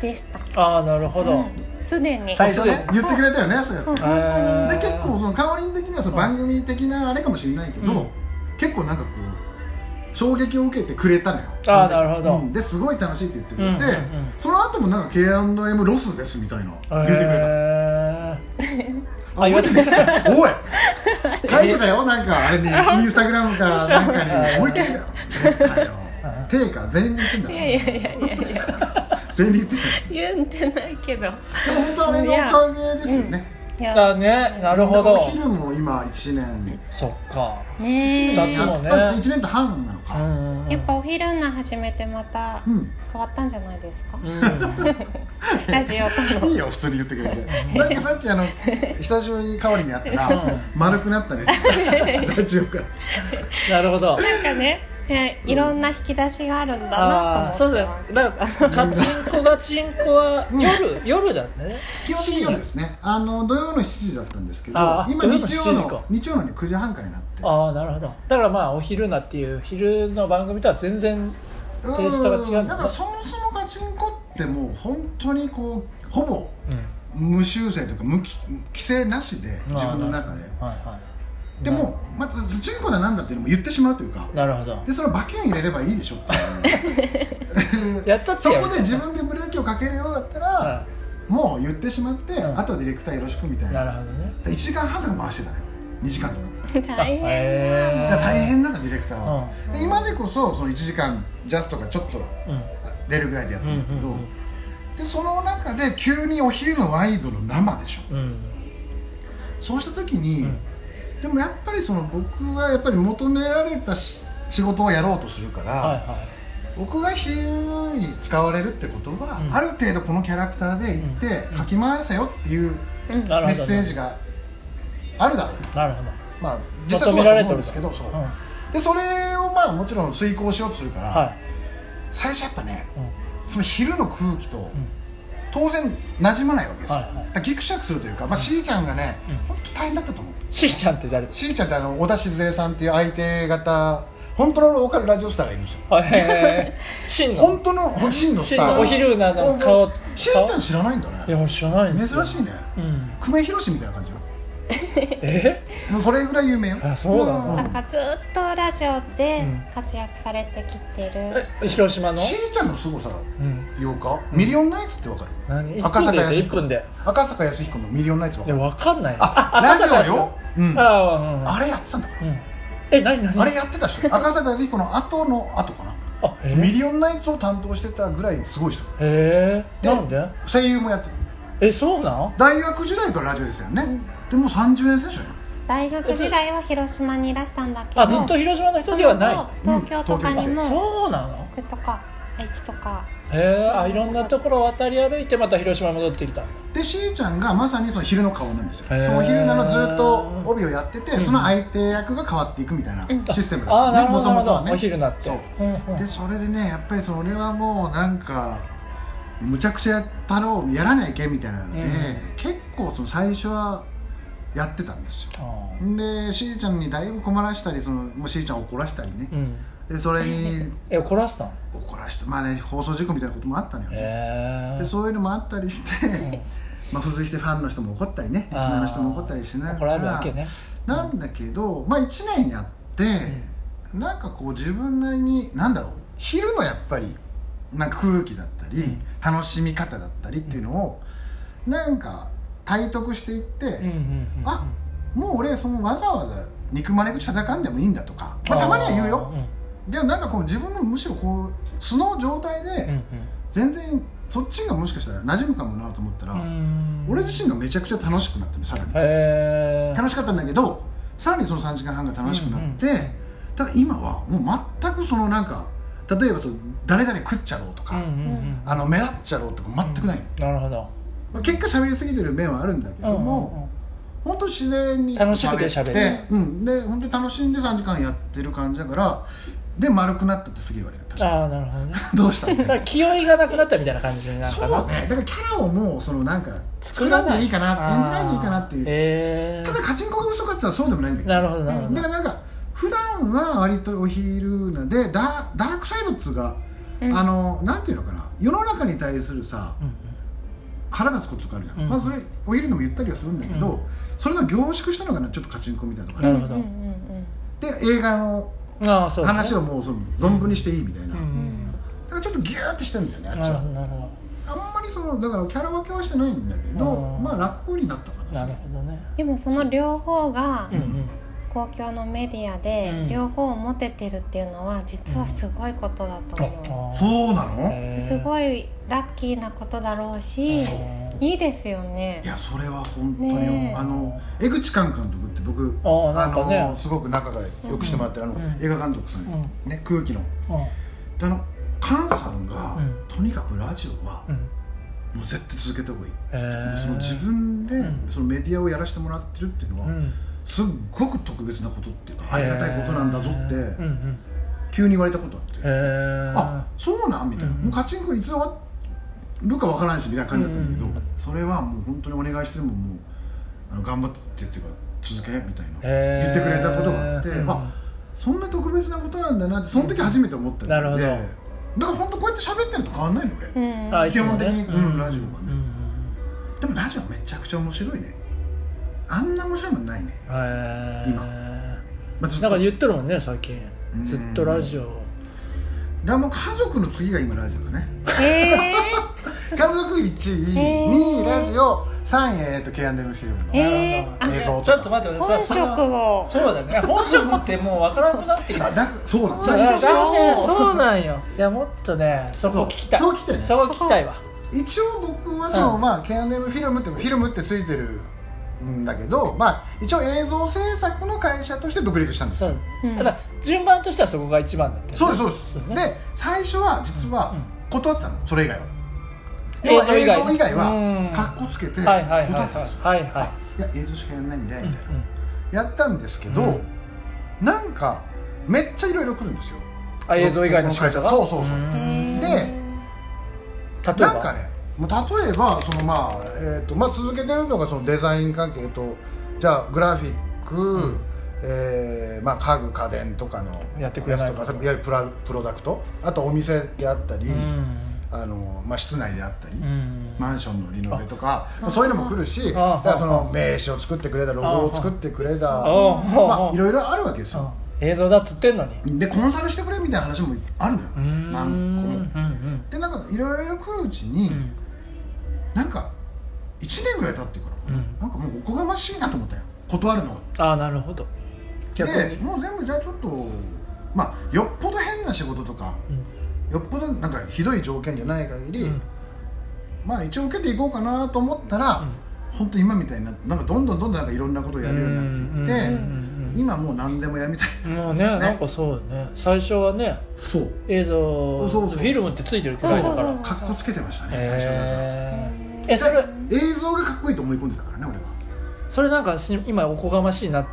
Speaker 2: でした
Speaker 1: ああなるほど
Speaker 2: すで、に
Speaker 3: 最初ね
Speaker 1: そう
Speaker 3: 言ってくれたよねそうやっ
Speaker 2: そう
Speaker 3: て
Speaker 2: 本当
Speaker 1: へ
Speaker 2: に
Speaker 1: ー
Speaker 3: で結構その香りん的にはその番組的なあれかもしれないけど、
Speaker 1: うん
Speaker 3: 結構なんかこう衝撃を受けてくれたのよ
Speaker 1: あーなるほど
Speaker 3: うんですごい楽しいって言ってくれ
Speaker 1: う
Speaker 3: て、
Speaker 1: んうんうん
Speaker 3: その後もなんか K&M ロスですみたいな言ってくれた
Speaker 1: へ
Speaker 3: あ、
Speaker 1: 言
Speaker 3: 言
Speaker 1: われ
Speaker 3: われ
Speaker 1: て
Speaker 3: て
Speaker 1: る
Speaker 3: おい書いてたよ、なんかあれにインスタグラムかなんかに思いっきりだよ出たよ定価全員に言ってんだ
Speaker 2: い
Speaker 3: よ
Speaker 2: やいやいやいやいや
Speaker 3: 全員に言ってんだよ
Speaker 2: 言ってないけど
Speaker 3: でも本当あれのおかげですよね
Speaker 2: い
Speaker 1: ー
Speaker 2: や
Speaker 1: だねなるほ
Speaker 3: で
Speaker 1: ど
Speaker 3: お昼も今1年
Speaker 1: そっか
Speaker 2: ね
Speaker 1: だって
Speaker 2: え
Speaker 1: も
Speaker 3: や
Speaker 1: う
Speaker 3: っ
Speaker 1: ね
Speaker 3: たんですね1年と半なの
Speaker 1: う
Speaker 3: か
Speaker 1: んうんうん
Speaker 2: やっぱお昼な始めてまた
Speaker 3: うん
Speaker 2: 変わったんじゃないですか、
Speaker 1: うん
Speaker 2: ラジオ との
Speaker 3: いいよ普通に言ってくれてなんかさっきあの久しぶりに香りに会った
Speaker 1: うん
Speaker 3: ら丸くなったねってラジオが
Speaker 1: なるほど
Speaker 2: なんかねいやいろんな引き出しがあるんだ
Speaker 1: あー
Speaker 2: なと
Speaker 1: そ
Speaker 2: 思
Speaker 1: う
Speaker 2: って
Speaker 1: だよなんかカチンコガチンコは夜、夜だね
Speaker 3: 基本的に夜ですねあの土曜の7時だったんですけど
Speaker 1: あー
Speaker 3: 今
Speaker 1: 土曜の
Speaker 3: 日曜
Speaker 1: 7時か
Speaker 3: の日曜のね9時半からになって
Speaker 1: ああなるほどだからまあお昼なっていう昼の番組とは全然テイストが違うんだ
Speaker 3: だ
Speaker 1: ね
Speaker 3: からそもそもガチンコってもう本当にこうほぼ
Speaker 1: うん
Speaker 3: 無修正というか無規規制なしで自分の中で
Speaker 1: はいはい
Speaker 3: でもまずガチンコだなんだっていうのも言ってしまうというか
Speaker 1: なるほど
Speaker 3: でそれを馬券入れればいいでしょ っていう
Speaker 1: やったって
Speaker 3: そ
Speaker 1: やる
Speaker 3: こで自分でブレーキをかけるようだったら、
Speaker 1: は
Speaker 3: もう言ってしまって、
Speaker 1: ん
Speaker 3: あとはディレクターよろしくみたい
Speaker 1: な
Speaker 3: な
Speaker 1: るほどね
Speaker 3: 1時間半とか回してたね2時間とか
Speaker 2: 大変、
Speaker 1: へ
Speaker 3: だから大変なんだディレクターは、
Speaker 2: ん
Speaker 3: で今でこそその1時間ジャストがちょっと
Speaker 1: うん
Speaker 3: 出るぐらいでやってるんだけど、
Speaker 1: うんうんう
Speaker 3: でその中で急にお昼のワイドの生でし
Speaker 1: う
Speaker 3: ょ
Speaker 1: ん
Speaker 3: そうした時に、
Speaker 1: うん
Speaker 3: でもやっぱりその僕はやっぱり求められたし仕事をやろうとするから、
Speaker 1: はいは
Speaker 3: 僕が昼に使われるってことは、
Speaker 1: うん
Speaker 3: ある程度このキャラクターで行って、
Speaker 1: うん
Speaker 3: かき回せよっていう
Speaker 2: うん
Speaker 1: いな
Speaker 2: は
Speaker 1: る
Speaker 3: メッ
Speaker 1: ほど
Speaker 3: セー
Speaker 1: ね
Speaker 3: ジがあるだろうと、
Speaker 1: なるほど
Speaker 3: まあ、実際そうだと思うんですけどそう、
Speaker 1: うん
Speaker 3: でそれをまあもちろん遂行しようとするから、
Speaker 1: は
Speaker 3: 最初やっぱね
Speaker 1: いうん
Speaker 3: その昼の空気と当然馴染まないわけですよ、
Speaker 1: はいはい
Speaker 3: だからギクシャクするというか、まあ、しーちゃんがね本当、大変だったと思う
Speaker 1: しーちゃんって誰
Speaker 3: しーちゃんってあの小田静江さんっていう相手方本当のローカルラジオスターがいるんですよ
Speaker 1: あへ ーしんの
Speaker 3: 本当の本心のスタ
Speaker 1: 真
Speaker 3: ー
Speaker 1: のお昼なの顔
Speaker 3: しーちゃん知らないんだ
Speaker 1: い
Speaker 3: ね
Speaker 1: や知らないんです
Speaker 3: 珍
Speaker 1: よ
Speaker 3: しいね
Speaker 1: うん
Speaker 3: 久米宏みたいな感じよ
Speaker 1: え
Speaker 3: もうそれぐらい有名よ
Speaker 1: あそうな
Speaker 2: もう
Speaker 1: の
Speaker 2: なんかずっとラジオで
Speaker 1: うん
Speaker 2: 活躍されてきてる、
Speaker 1: え広島の
Speaker 3: しーちゃんのすごさ
Speaker 1: うん
Speaker 3: ようかミリオンナイツってわかる
Speaker 1: 何
Speaker 3: 赤
Speaker 1: 1分
Speaker 3: 坂
Speaker 1: でやって
Speaker 3: 康
Speaker 1: 1分で
Speaker 3: 赤坂康彦のミリオンナイツわ
Speaker 1: い
Speaker 3: か
Speaker 1: や
Speaker 3: る
Speaker 1: わかんない
Speaker 3: あラジオよ、うん、あ
Speaker 1: あ
Speaker 3: れやってたんだから
Speaker 1: うんうんえ何何
Speaker 3: あれやってた人赤坂康彦の後の後かな
Speaker 1: あえ
Speaker 3: ミリオンナイツを担当してたぐらいすごい人
Speaker 1: へえなんで
Speaker 3: 声優もやってた
Speaker 1: えそうなん
Speaker 3: 大学時代からラジオですよね、でもう30年生でしょ
Speaker 2: 大学時代は広島にいらしたんだけど
Speaker 1: あずっと広島の人ではない
Speaker 2: その後東京とかに
Speaker 3: うん
Speaker 2: も
Speaker 1: そうなの
Speaker 2: 福とか愛知とか
Speaker 1: へえあいろんなところ渡り歩いてまた広島に戻ってきた
Speaker 3: でしーちゃんがまさにその昼の顔なんですよそ
Speaker 1: へー
Speaker 3: の昼なのずっと帯をやってて、
Speaker 1: ん
Speaker 3: その相手役が変わっていくみたいな
Speaker 2: うん
Speaker 1: あ
Speaker 3: システムだ
Speaker 1: あ
Speaker 3: っ
Speaker 1: ーなる
Speaker 3: た
Speaker 1: ほどなるほ
Speaker 3: 元々
Speaker 1: どお昼になって
Speaker 3: そう
Speaker 1: うんうん
Speaker 3: でそれでねやっぱりそれはもうなんかむちゃくちゃやったろうやらないけみたいなの
Speaker 1: う
Speaker 3: で、
Speaker 1: ん
Speaker 3: 結構その最初はやってたんですよ
Speaker 1: あ
Speaker 3: でしーちゃんにだいぶ困らしたりそのもうしーちゃんを怒らしたりね
Speaker 1: ーうん
Speaker 3: でそれに
Speaker 1: え怒らせたの
Speaker 3: 怒らしてまあね放送事故みたいなこともあったのよね、
Speaker 1: へえ
Speaker 3: でそういうのもあったりして、 まあ付随してファンの人も怒ったりねリスナーの人も怒ったりしな
Speaker 1: 怒
Speaker 3: が
Speaker 1: ら
Speaker 3: ら
Speaker 1: れるわけね
Speaker 3: なんだけど、まあ、1年やって、なんかこう自分なりになんだろう昼のやっぱりなんか空気だったり、
Speaker 1: ん
Speaker 3: 楽しみ方だったりっていうのを、なんか体得していって、
Speaker 1: うんうんうん
Speaker 3: あもう俺そのわざわざ憎まれ口叩かんでもいいんだとか、まあ、たまには言うよでもなんかこう自分のむしろこう素の状態で、
Speaker 1: うんうん
Speaker 3: 全然そっちがもしかしたら馴染むかもなと思ったら、
Speaker 1: うんうん
Speaker 3: 俺自身がめちゃくちゃ楽しくなってねさらに、
Speaker 1: へえ
Speaker 3: 楽しかったんだけどさらにその3時間半が楽しくなって、
Speaker 1: うんうん
Speaker 3: ただ今はもう全くそのなんか例えばその誰々食っちゃろうと
Speaker 1: う
Speaker 3: か、
Speaker 1: んうんうん
Speaker 3: あの目立っちゃろうとか全くない、
Speaker 1: なるほど
Speaker 3: まあ、結果喋りすぎてる面はあるんだけども、
Speaker 1: うんうんうん
Speaker 3: 本当に自然に
Speaker 1: 楽しくて喋る
Speaker 3: ってうん、で本当に楽しんで3時間やってる感じだからで丸くなったってすげえ言われる確か
Speaker 1: ああなるほどね
Speaker 3: にどうしたって
Speaker 1: だから気負い がなくなったみたいな感じになる
Speaker 3: そ
Speaker 1: か
Speaker 3: う
Speaker 1: な
Speaker 3: ねだからキャラをもうそのなんか作らんでいいかな演じないでいいかなってい
Speaker 1: へ
Speaker 3: う、
Speaker 1: え
Speaker 3: ただカチンコが嘘かって言ったらそうでもないんだけど
Speaker 1: なるほどなるほど
Speaker 3: だからなんか普段は割とお昼なでダダークサイドっつうか、
Speaker 2: うん
Speaker 3: あのなんていうのかな世の中に対するさ
Speaker 1: うん
Speaker 3: 腹立つこととかあるじゃん、
Speaker 1: うん
Speaker 3: まあそれお昼でも言ったりはするんだけど、
Speaker 1: うん
Speaker 3: それの凝縮したのがなちょっとカチンコみたいなの
Speaker 1: な
Speaker 3: が
Speaker 1: るほど
Speaker 2: うんうんうん
Speaker 3: で映画の
Speaker 1: うんああそうだね
Speaker 3: 話をもうその存分にしていいみたいな、
Speaker 1: うんう
Speaker 3: だ
Speaker 1: ん
Speaker 3: からちょっとギューってしてるんだよね
Speaker 1: う
Speaker 3: あ
Speaker 1: ん
Speaker 3: っ
Speaker 1: な
Speaker 3: ち
Speaker 1: るほ
Speaker 3: は
Speaker 1: どなるほ
Speaker 3: あんまりそのだからキャラ分けはしてないんだけど、
Speaker 1: うん
Speaker 3: まあ楽になったか
Speaker 1: ど
Speaker 3: な
Speaker 1: なるほどね
Speaker 2: でもその両方が
Speaker 1: うんうん
Speaker 2: 公共のメディアで
Speaker 1: うん
Speaker 2: 両方を持ててるっていうのは実はすごいことだと思
Speaker 1: あー
Speaker 3: そうなの、
Speaker 2: う、
Speaker 1: へー
Speaker 2: すごいラッキーなことだろうしいいですよね
Speaker 3: いやそれは本当に、
Speaker 2: ねえ
Speaker 3: あの江口寛監督って僕
Speaker 1: あーなんかね
Speaker 3: あのすごく仲が良くしてもらってる、あの
Speaker 1: うん
Speaker 3: 映画監督さん、
Speaker 1: う
Speaker 3: ね空気の
Speaker 1: うん
Speaker 3: であの菅さんが、
Speaker 1: うん
Speaker 3: とにかくラジオは、
Speaker 1: うん
Speaker 3: もう絶対続けた方がいい、
Speaker 1: へー
Speaker 3: その自分で、
Speaker 1: うん
Speaker 3: そのメディアをやらせてもらってるっていうのは、
Speaker 1: うん
Speaker 3: すっごく特別なことっていうかありがたいことなんだぞって、
Speaker 1: うんうん
Speaker 3: 急に言われたことあって、
Speaker 1: へー
Speaker 3: あそうなんみたいな、
Speaker 1: うん
Speaker 3: もうカチンコいつ終わるかわからないしみたいな感じだったんだけど、
Speaker 1: うん
Speaker 3: それはもう本当にお願いしてももうあの頑張ってっていうか続けみたいな
Speaker 1: へー
Speaker 3: 言ってくれたことがあって、
Speaker 1: うん
Speaker 3: あそんな特別なことなんだなってその時初めて思ったので
Speaker 1: なるほど
Speaker 3: だから本当こうやって喋ってると変わんないの俺、
Speaker 2: うん
Speaker 1: あいつ
Speaker 3: 基
Speaker 1: も
Speaker 3: 本
Speaker 1: ね
Speaker 3: 的に、うんラジオがね、
Speaker 1: うんうん
Speaker 3: でもラジオめちゃくちゃ面白いねあんな面白いもんないね、
Speaker 1: うんへー
Speaker 3: 今まあ、ずっ
Speaker 1: な
Speaker 3: と
Speaker 1: んか言ってるもんね最近
Speaker 3: うん
Speaker 1: ずっとラジオ
Speaker 3: だからもう家族の次が今ラジオだ ね
Speaker 2: え
Speaker 3: 家族1位、
Speaker 2: へー
Speaker 3: 2位ラジオ3位えーとケアンデルフィルムの
Speaker 2: ー、えー、
Speaker 3: 映
Speaker 2: あ
Speaker 3: 像
Speaker 1: ちょっと待ってください
Speaker 2: 本職を
Speaker 1: そうだね本職ってもう分からなくなってきた
Speaker 3: あだそうなん
Speaker 1: そう
Speaker 2: 一
Speaker 1: だ
Speaker 2: 緒
Speaker 1: ねそうなんよいやもっとねそこ聞きたい
Speaker 3: そうそう聞きたいね
Speaker 1: そこ聞きたいわ
Speaker 3: 一応僕はその、
Speaker 1: うん
Speaker 3: まあケアネームフィルムってフィルムってついてるんだけどまあ一応映像制作の会社として独立したんです
Speaker 1: そ
Speaker 3: よ
Speaker 1: う
Speaker 2: うん
Speaker 1: ただ順番としてはそこが一番だった
Speaker 3: そうですすそうです
Speaker 1: そうね
Speaker 3: で最初は実は
Speaker 1: うんうん
Speaker 3: 断ってたのそれ以外は
Speaker 1: 映
Speaker 3: 要
Speaker 1: 像以
Speaker 3: は
Speaker 1: 外
Speaker 3: 映像以外
Speaker 1: うん
Speaker 3: はカッコつけて
Speaker 1: は
Speaker 3: 断
Speaker 1: いはいはい
Speaker 3: ってたんですよ
Speaker 1: はいはい
Speaker 3: いや映像しかやんないんで
Speaker 1: うん
Speaker 3: みたいなやったんですけど、
Speaker 1: うん
Speaker 3: なんかめっちゃいろいろ来るんですよ
Speaker 1: あ映像以外の仕
Speaker 3: 会
Speaker 1: 事
Speaker 3: 社
Speaker 1: が
Speaker 3: そうそうそう
Speaker 1: ーん
Speaker 3: で
Speaker 1: 例えば
Speaker 3: なんかねもう例えばそのまあ、えーとまあ、続けてるのがそのデザイン関係えっとじゃあグラフィック、
Speaker 1: うん
Speaker 3: えーまあ、家具家電とかの
Speaker 1: やってくれない
Speaker 3: やつとかいわゆるプラプロダクトあとお店であったり、
Speaker 1: うん
Speaker 3: あのまあ、室内であったり、
Speaker 1: うん
Speaker 3: マンションのリノベとかそういうのも来るしだ
Speaker 1: あ
Speaker 3: からその名刺を作ってくれたロゴを作ってくれた
Speaker 1: ああ
Speaker 3: まあいろいろあるわけですよ
Speaker 1: 映像だっつってんのに
Speaker 3: でコンサルしてくれみたいな話もあるのよ
Speaker 1: うーん
Speaker 3: 何個も
Speaker 1: うん
Speaker 3: でなんかいろいろ来るうちに、なんか1年ぐらい経ってから、
Speaker 1: うん
Speaker 3: なんかもうおこがましいなと思ったよ断るのが
Speaker 1: ああなるほど逆
Speaker 3: で
Speaker 1: に、
Speaker 3: もう全部じゃあちょっとまあよっぽど変な仕事とか
Speaker 1: うん
Speaker 3: よっぽどなんかひどい条件じゃない限り、
Speaker 1: うん
Speaker 3: まあ一応受けていこうかなと思ったら、本当今みたいになってなんかどんどんどんどんなんかいろんなことをやるようになっていって、
Speaker 1: うんうんうん
Speaker 3: 今もう何でもやみたい
Speaker 1: も
Speaker 3: な
Speaker 1: うねなんかそうね最初はね
Speaker 3: そう
Speaker 1: 映像
Speaker 3: そうそうそう
Speaker 1: フィルムってついてるって書いてたか
Speaker 2: そうそ
Speaker 1: ら
Speaker 2: うそう
Speaker 3: かっこつけてましたね、最初だから
Speaker 1: へええそれ
Speaker 3: 映像がかっこいいと思い込んでたからね俺は
Speaker 1: それなんかし今おこがましいなっ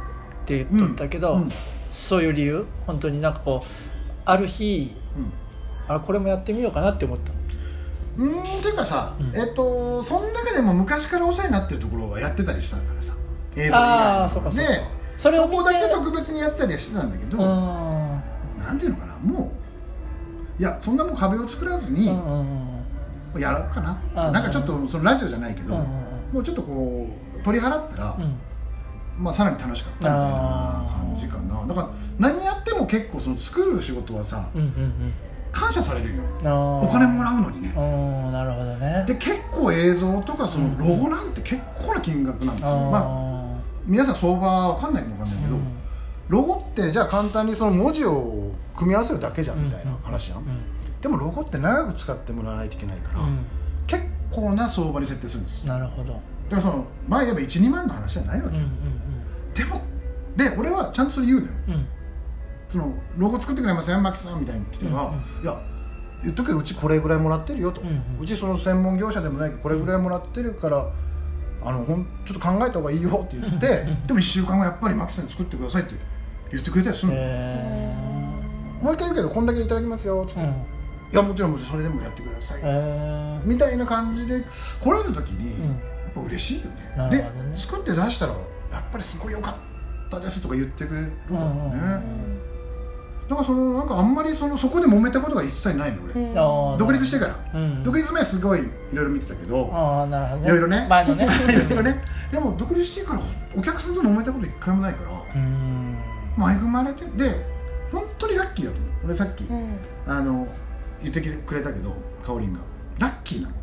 Speaker 1: て言っとったけど、
Speaker 3: うんうん
Speaker 1: そういう理由本当になんかこうある日
Speaker 3: うん
Speaker 1: あこれもやってみようかなって思った
Speaker 3: うーんっていうかさ、
Speaker 1: うん
Speaker 3: えっとその中でも昔からお世話になってるところはやってたりしたからさ映像以外
Speaker 1: あ
Speaker 3: の
Speaker 1: あそうかそう
Speaker 3: で
Speaker 1: かそれを
Speaker 3: そ
Speaker 1: 見て
Speaker 3: こだけ特別にやってたりはしてたんだけど、
Speaker 1: うん
Speaker 3: なんていうのかなもういやそんなもう壁を作らずに、
Speaker 1: うん
Speaker 3: も
Speaker 1: うんうん
Speaker 3: うやろうかな、
Speaker 1: うん
Speaker 3: なんかちょっとそのラジオじゃないけど、
Speaker 1: うん
Speaker 3: もうちょっとこう取り払ったら、
Speaker 1: うん
Speaker 3: まあ、さらに楽しかったみたいな感じかなだから何やっても結構その作る仕事はさ
Speaker 1: うんうん
Speaker 3: 感謝されるよ
Speaker 1: うんあ
Speaker 3: お金もらうのにね
Speaker 1: うんうんなるほどね
Speaker 3: で結構映像とかそのロゴなんて結構な金額なんですよ、まあ皆さん相場は分かんないかも分かんないけど、ロゴってじゃあ簡単にその文字を組み合わせるだけじゃんみたいな話じゃん、でもロゴって長く使ってもらわないといけないから、結構な相場に設定するんですだ
Speaker 1: なるほど
Speaker 3: からその前言えば12万の話じゃないわ
Speaker 1: うん
Speaker 3: け
Speaker 1: う
Speaker 3: よ、
Speaker 1: ん
Speaker 3: でもで俺はちゃんとそれ言うのよ
Speaker 1: うんうん
Speaker 3: そのロゴ作ってくれませんマキさんみたいに来ては、いや言っとくけどうちこれぐらいもらってるよと、
Speaker 1: う
Speaker 3: うん
Speaker 1: うん
Speaker 3: ちその専門業者でもないけどこれぐらいもらってるからあのほんちょっと考えた方がいいよって言って、でも1週間後やっぱりマキさんに作ってくださいって言ってくれたりするの、
Speaker 1: え
Speaker 3: もう一回言うけどこんだけいただきますよっ
Speaker 1: ー
Speaker 3: つって、
Speaker 1: う
Speaker 3: い
Speaker 1: ん
Speaker 3: やもちろんもちろんそれでもやってください、
Speaker 1: え
Speaker 3: みたいな感じで来られた時に、
Speaker 1: うん
Speaker 3: やっぱ嬉しいよね
Speaker 1: なるほどね
Speaker 3: で作って出したらやっぱりすごい良かったですとか言ってくれるからね、
Speaker 1: うんうん
Speaker 3: だからそのなんかあんまりそのそこで揉めたことが一切ないの俺、
Speaker 1: ーあー
Speaker 3: 独立してから、
Speaker 1: うん
Speaker 3: 独立前すごいいろいろ見てたけど、
Speaker 1: ああなるほどね
Speaker 3: いろいろね
Speaker 1: 前のね
Speaker 3: いろいろねでも独立してからお客さんと揉めたこと一回もないから
Speaker 1: うん
Speaker 3: 恵まれてで本当にラッキーだと思う俺さっき、あの言ってくれたけどかおりんがラッキーなの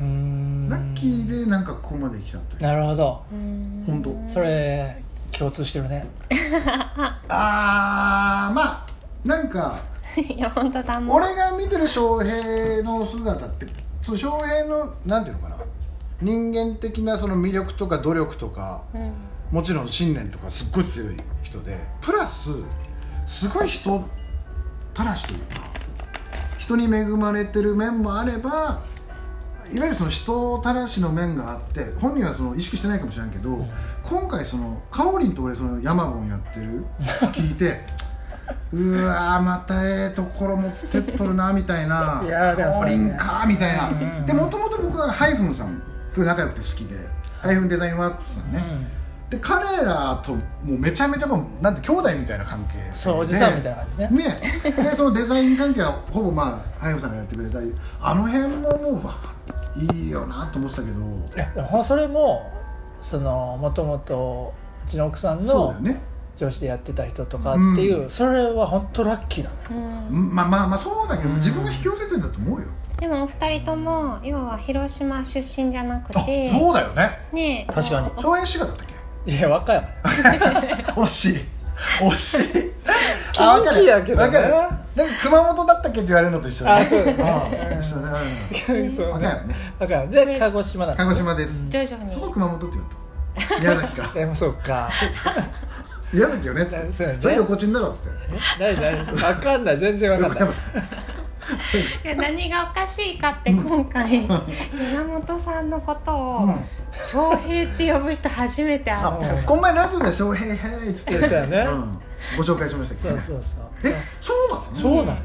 Speaker 1: うん
Speaker 3: ラッキーでなんかここまで来たっていう
Speaker 1: なるほど
Speaker 3: 本当
Speaker 1: それ共通してるね
Speaker 3: あーまあなんか
Speaker 2: いや本当さんも
Speaker 3: 俺が見てる翔平の姿ってその翔平のなんていうのかな人間的なその魅力とか努力とか
Speaker 2: うん
Speaker 3: もちろん信念とかすっごい強い人でプラスすごい人たらしというか人に恵まれてる面もあればいわゆるその人たらしの面があって本人はその意識してないかもしれんけど、今回そのかおりんと俺そのヤマゴンやってる聞いて うわーまたええところ持ってっとるなみたいない
Speaker 1: やーでも
Speaker 3: か
Speaker 1: そ
Speaker 3: お
Speaker 1: れ
Speaker 3: り
Speaker 1: ね
Speaker 3: んかみたいな、
Speaker 1: うんうんうん
Speaker 3: でもともと僕はハイフンさんすごい仲良くて好きでハイフンデザインワークスさんね、で彼らともうめちゃめちゃもうなんて兄弟みたいな関係
Speaker 1: そうお
Speaker 3: で
Speaker 1: じさんみたいな感じね
Speaker 3: ねでそのデザイン関係はほぼまあ早見さんがやってくれたりあの辺ももうわいいよなと思ってたけど
Speaker 1: いやでもそれもそのもともとうちの奥さん
Speaker 3: そ
Speaker 1: の
Speaker 3: うだよね
Speaker 1: 上司でやってた人とかっていう、
Speaker 3: う
Speaker 1: それは本当ラッキーなの
Speaker 2: うん
Speaker 3: うんまあまあまあそうだけど
Speaker 1: うん
Speaker 3: 自分が引き寄せてるんだと思うよ
Speaker 2: でもお二人とも今は広島出身じゃなく
Speaker 3: あ
Speaker 2: て
Speaker 3: そうだよね
Speaker 2: ねえ
Speaker 1: 確かに
Speaker 2: こ
Speaker 3: 荘園滋賀だったっけ
Speaker 1: いや和歌 山
Speaker 3: 惜しい惜しい あ
Speaker 1: 近畿やけどね
Speaker 3: わかるわかるなんか熊本だったっけって言われるのと一緒だね
Speaker 1: あそうだね
Speaker 3: ん一緒だね
Speaker 1: そう
Speaker 3: 和歌山ね
Speaker 1: 和歌山で鹿児島な
Speaker 3: 鹿
Speaker 1: の
Speaker 3: 児島です
Speaker 2: う徐々
Speaker 3: そこ
Speaker 2: に
Speaker 3: 熊本って言うと宮崎か
Speaker 1: でもそうか
Speaker 3: 嫌だっけよねっ
Speaker 1: だ
Speaker 3: て
Speaker 1: そうだね
Speaker 3: それ横ちんだろっつって
Speaker 1: え何 何分かんない全然分かんない
Speaker 2: いや何がおかしいかって今回山本さんのこと
Speaker 3: う
Speaker 2: を
Speaker 3: ん
Speaker 2: 翔平って呼ぶ人初めて会った
Speaker 1: う
Speaker 2: の
Speaker 1: ん
Speaker 3: この前ラジオで「翔平へい」っつって
Speaker 1: 言ったよね
Speaker 3: うんご紹介しましたけ
Speaker 1: そ
Speaker 3: ど
Speaker 1: う
Speaker 3: ね
Speaker 1: そうそう
Speaker 3: えそうなの
Speaker 1: そうなんい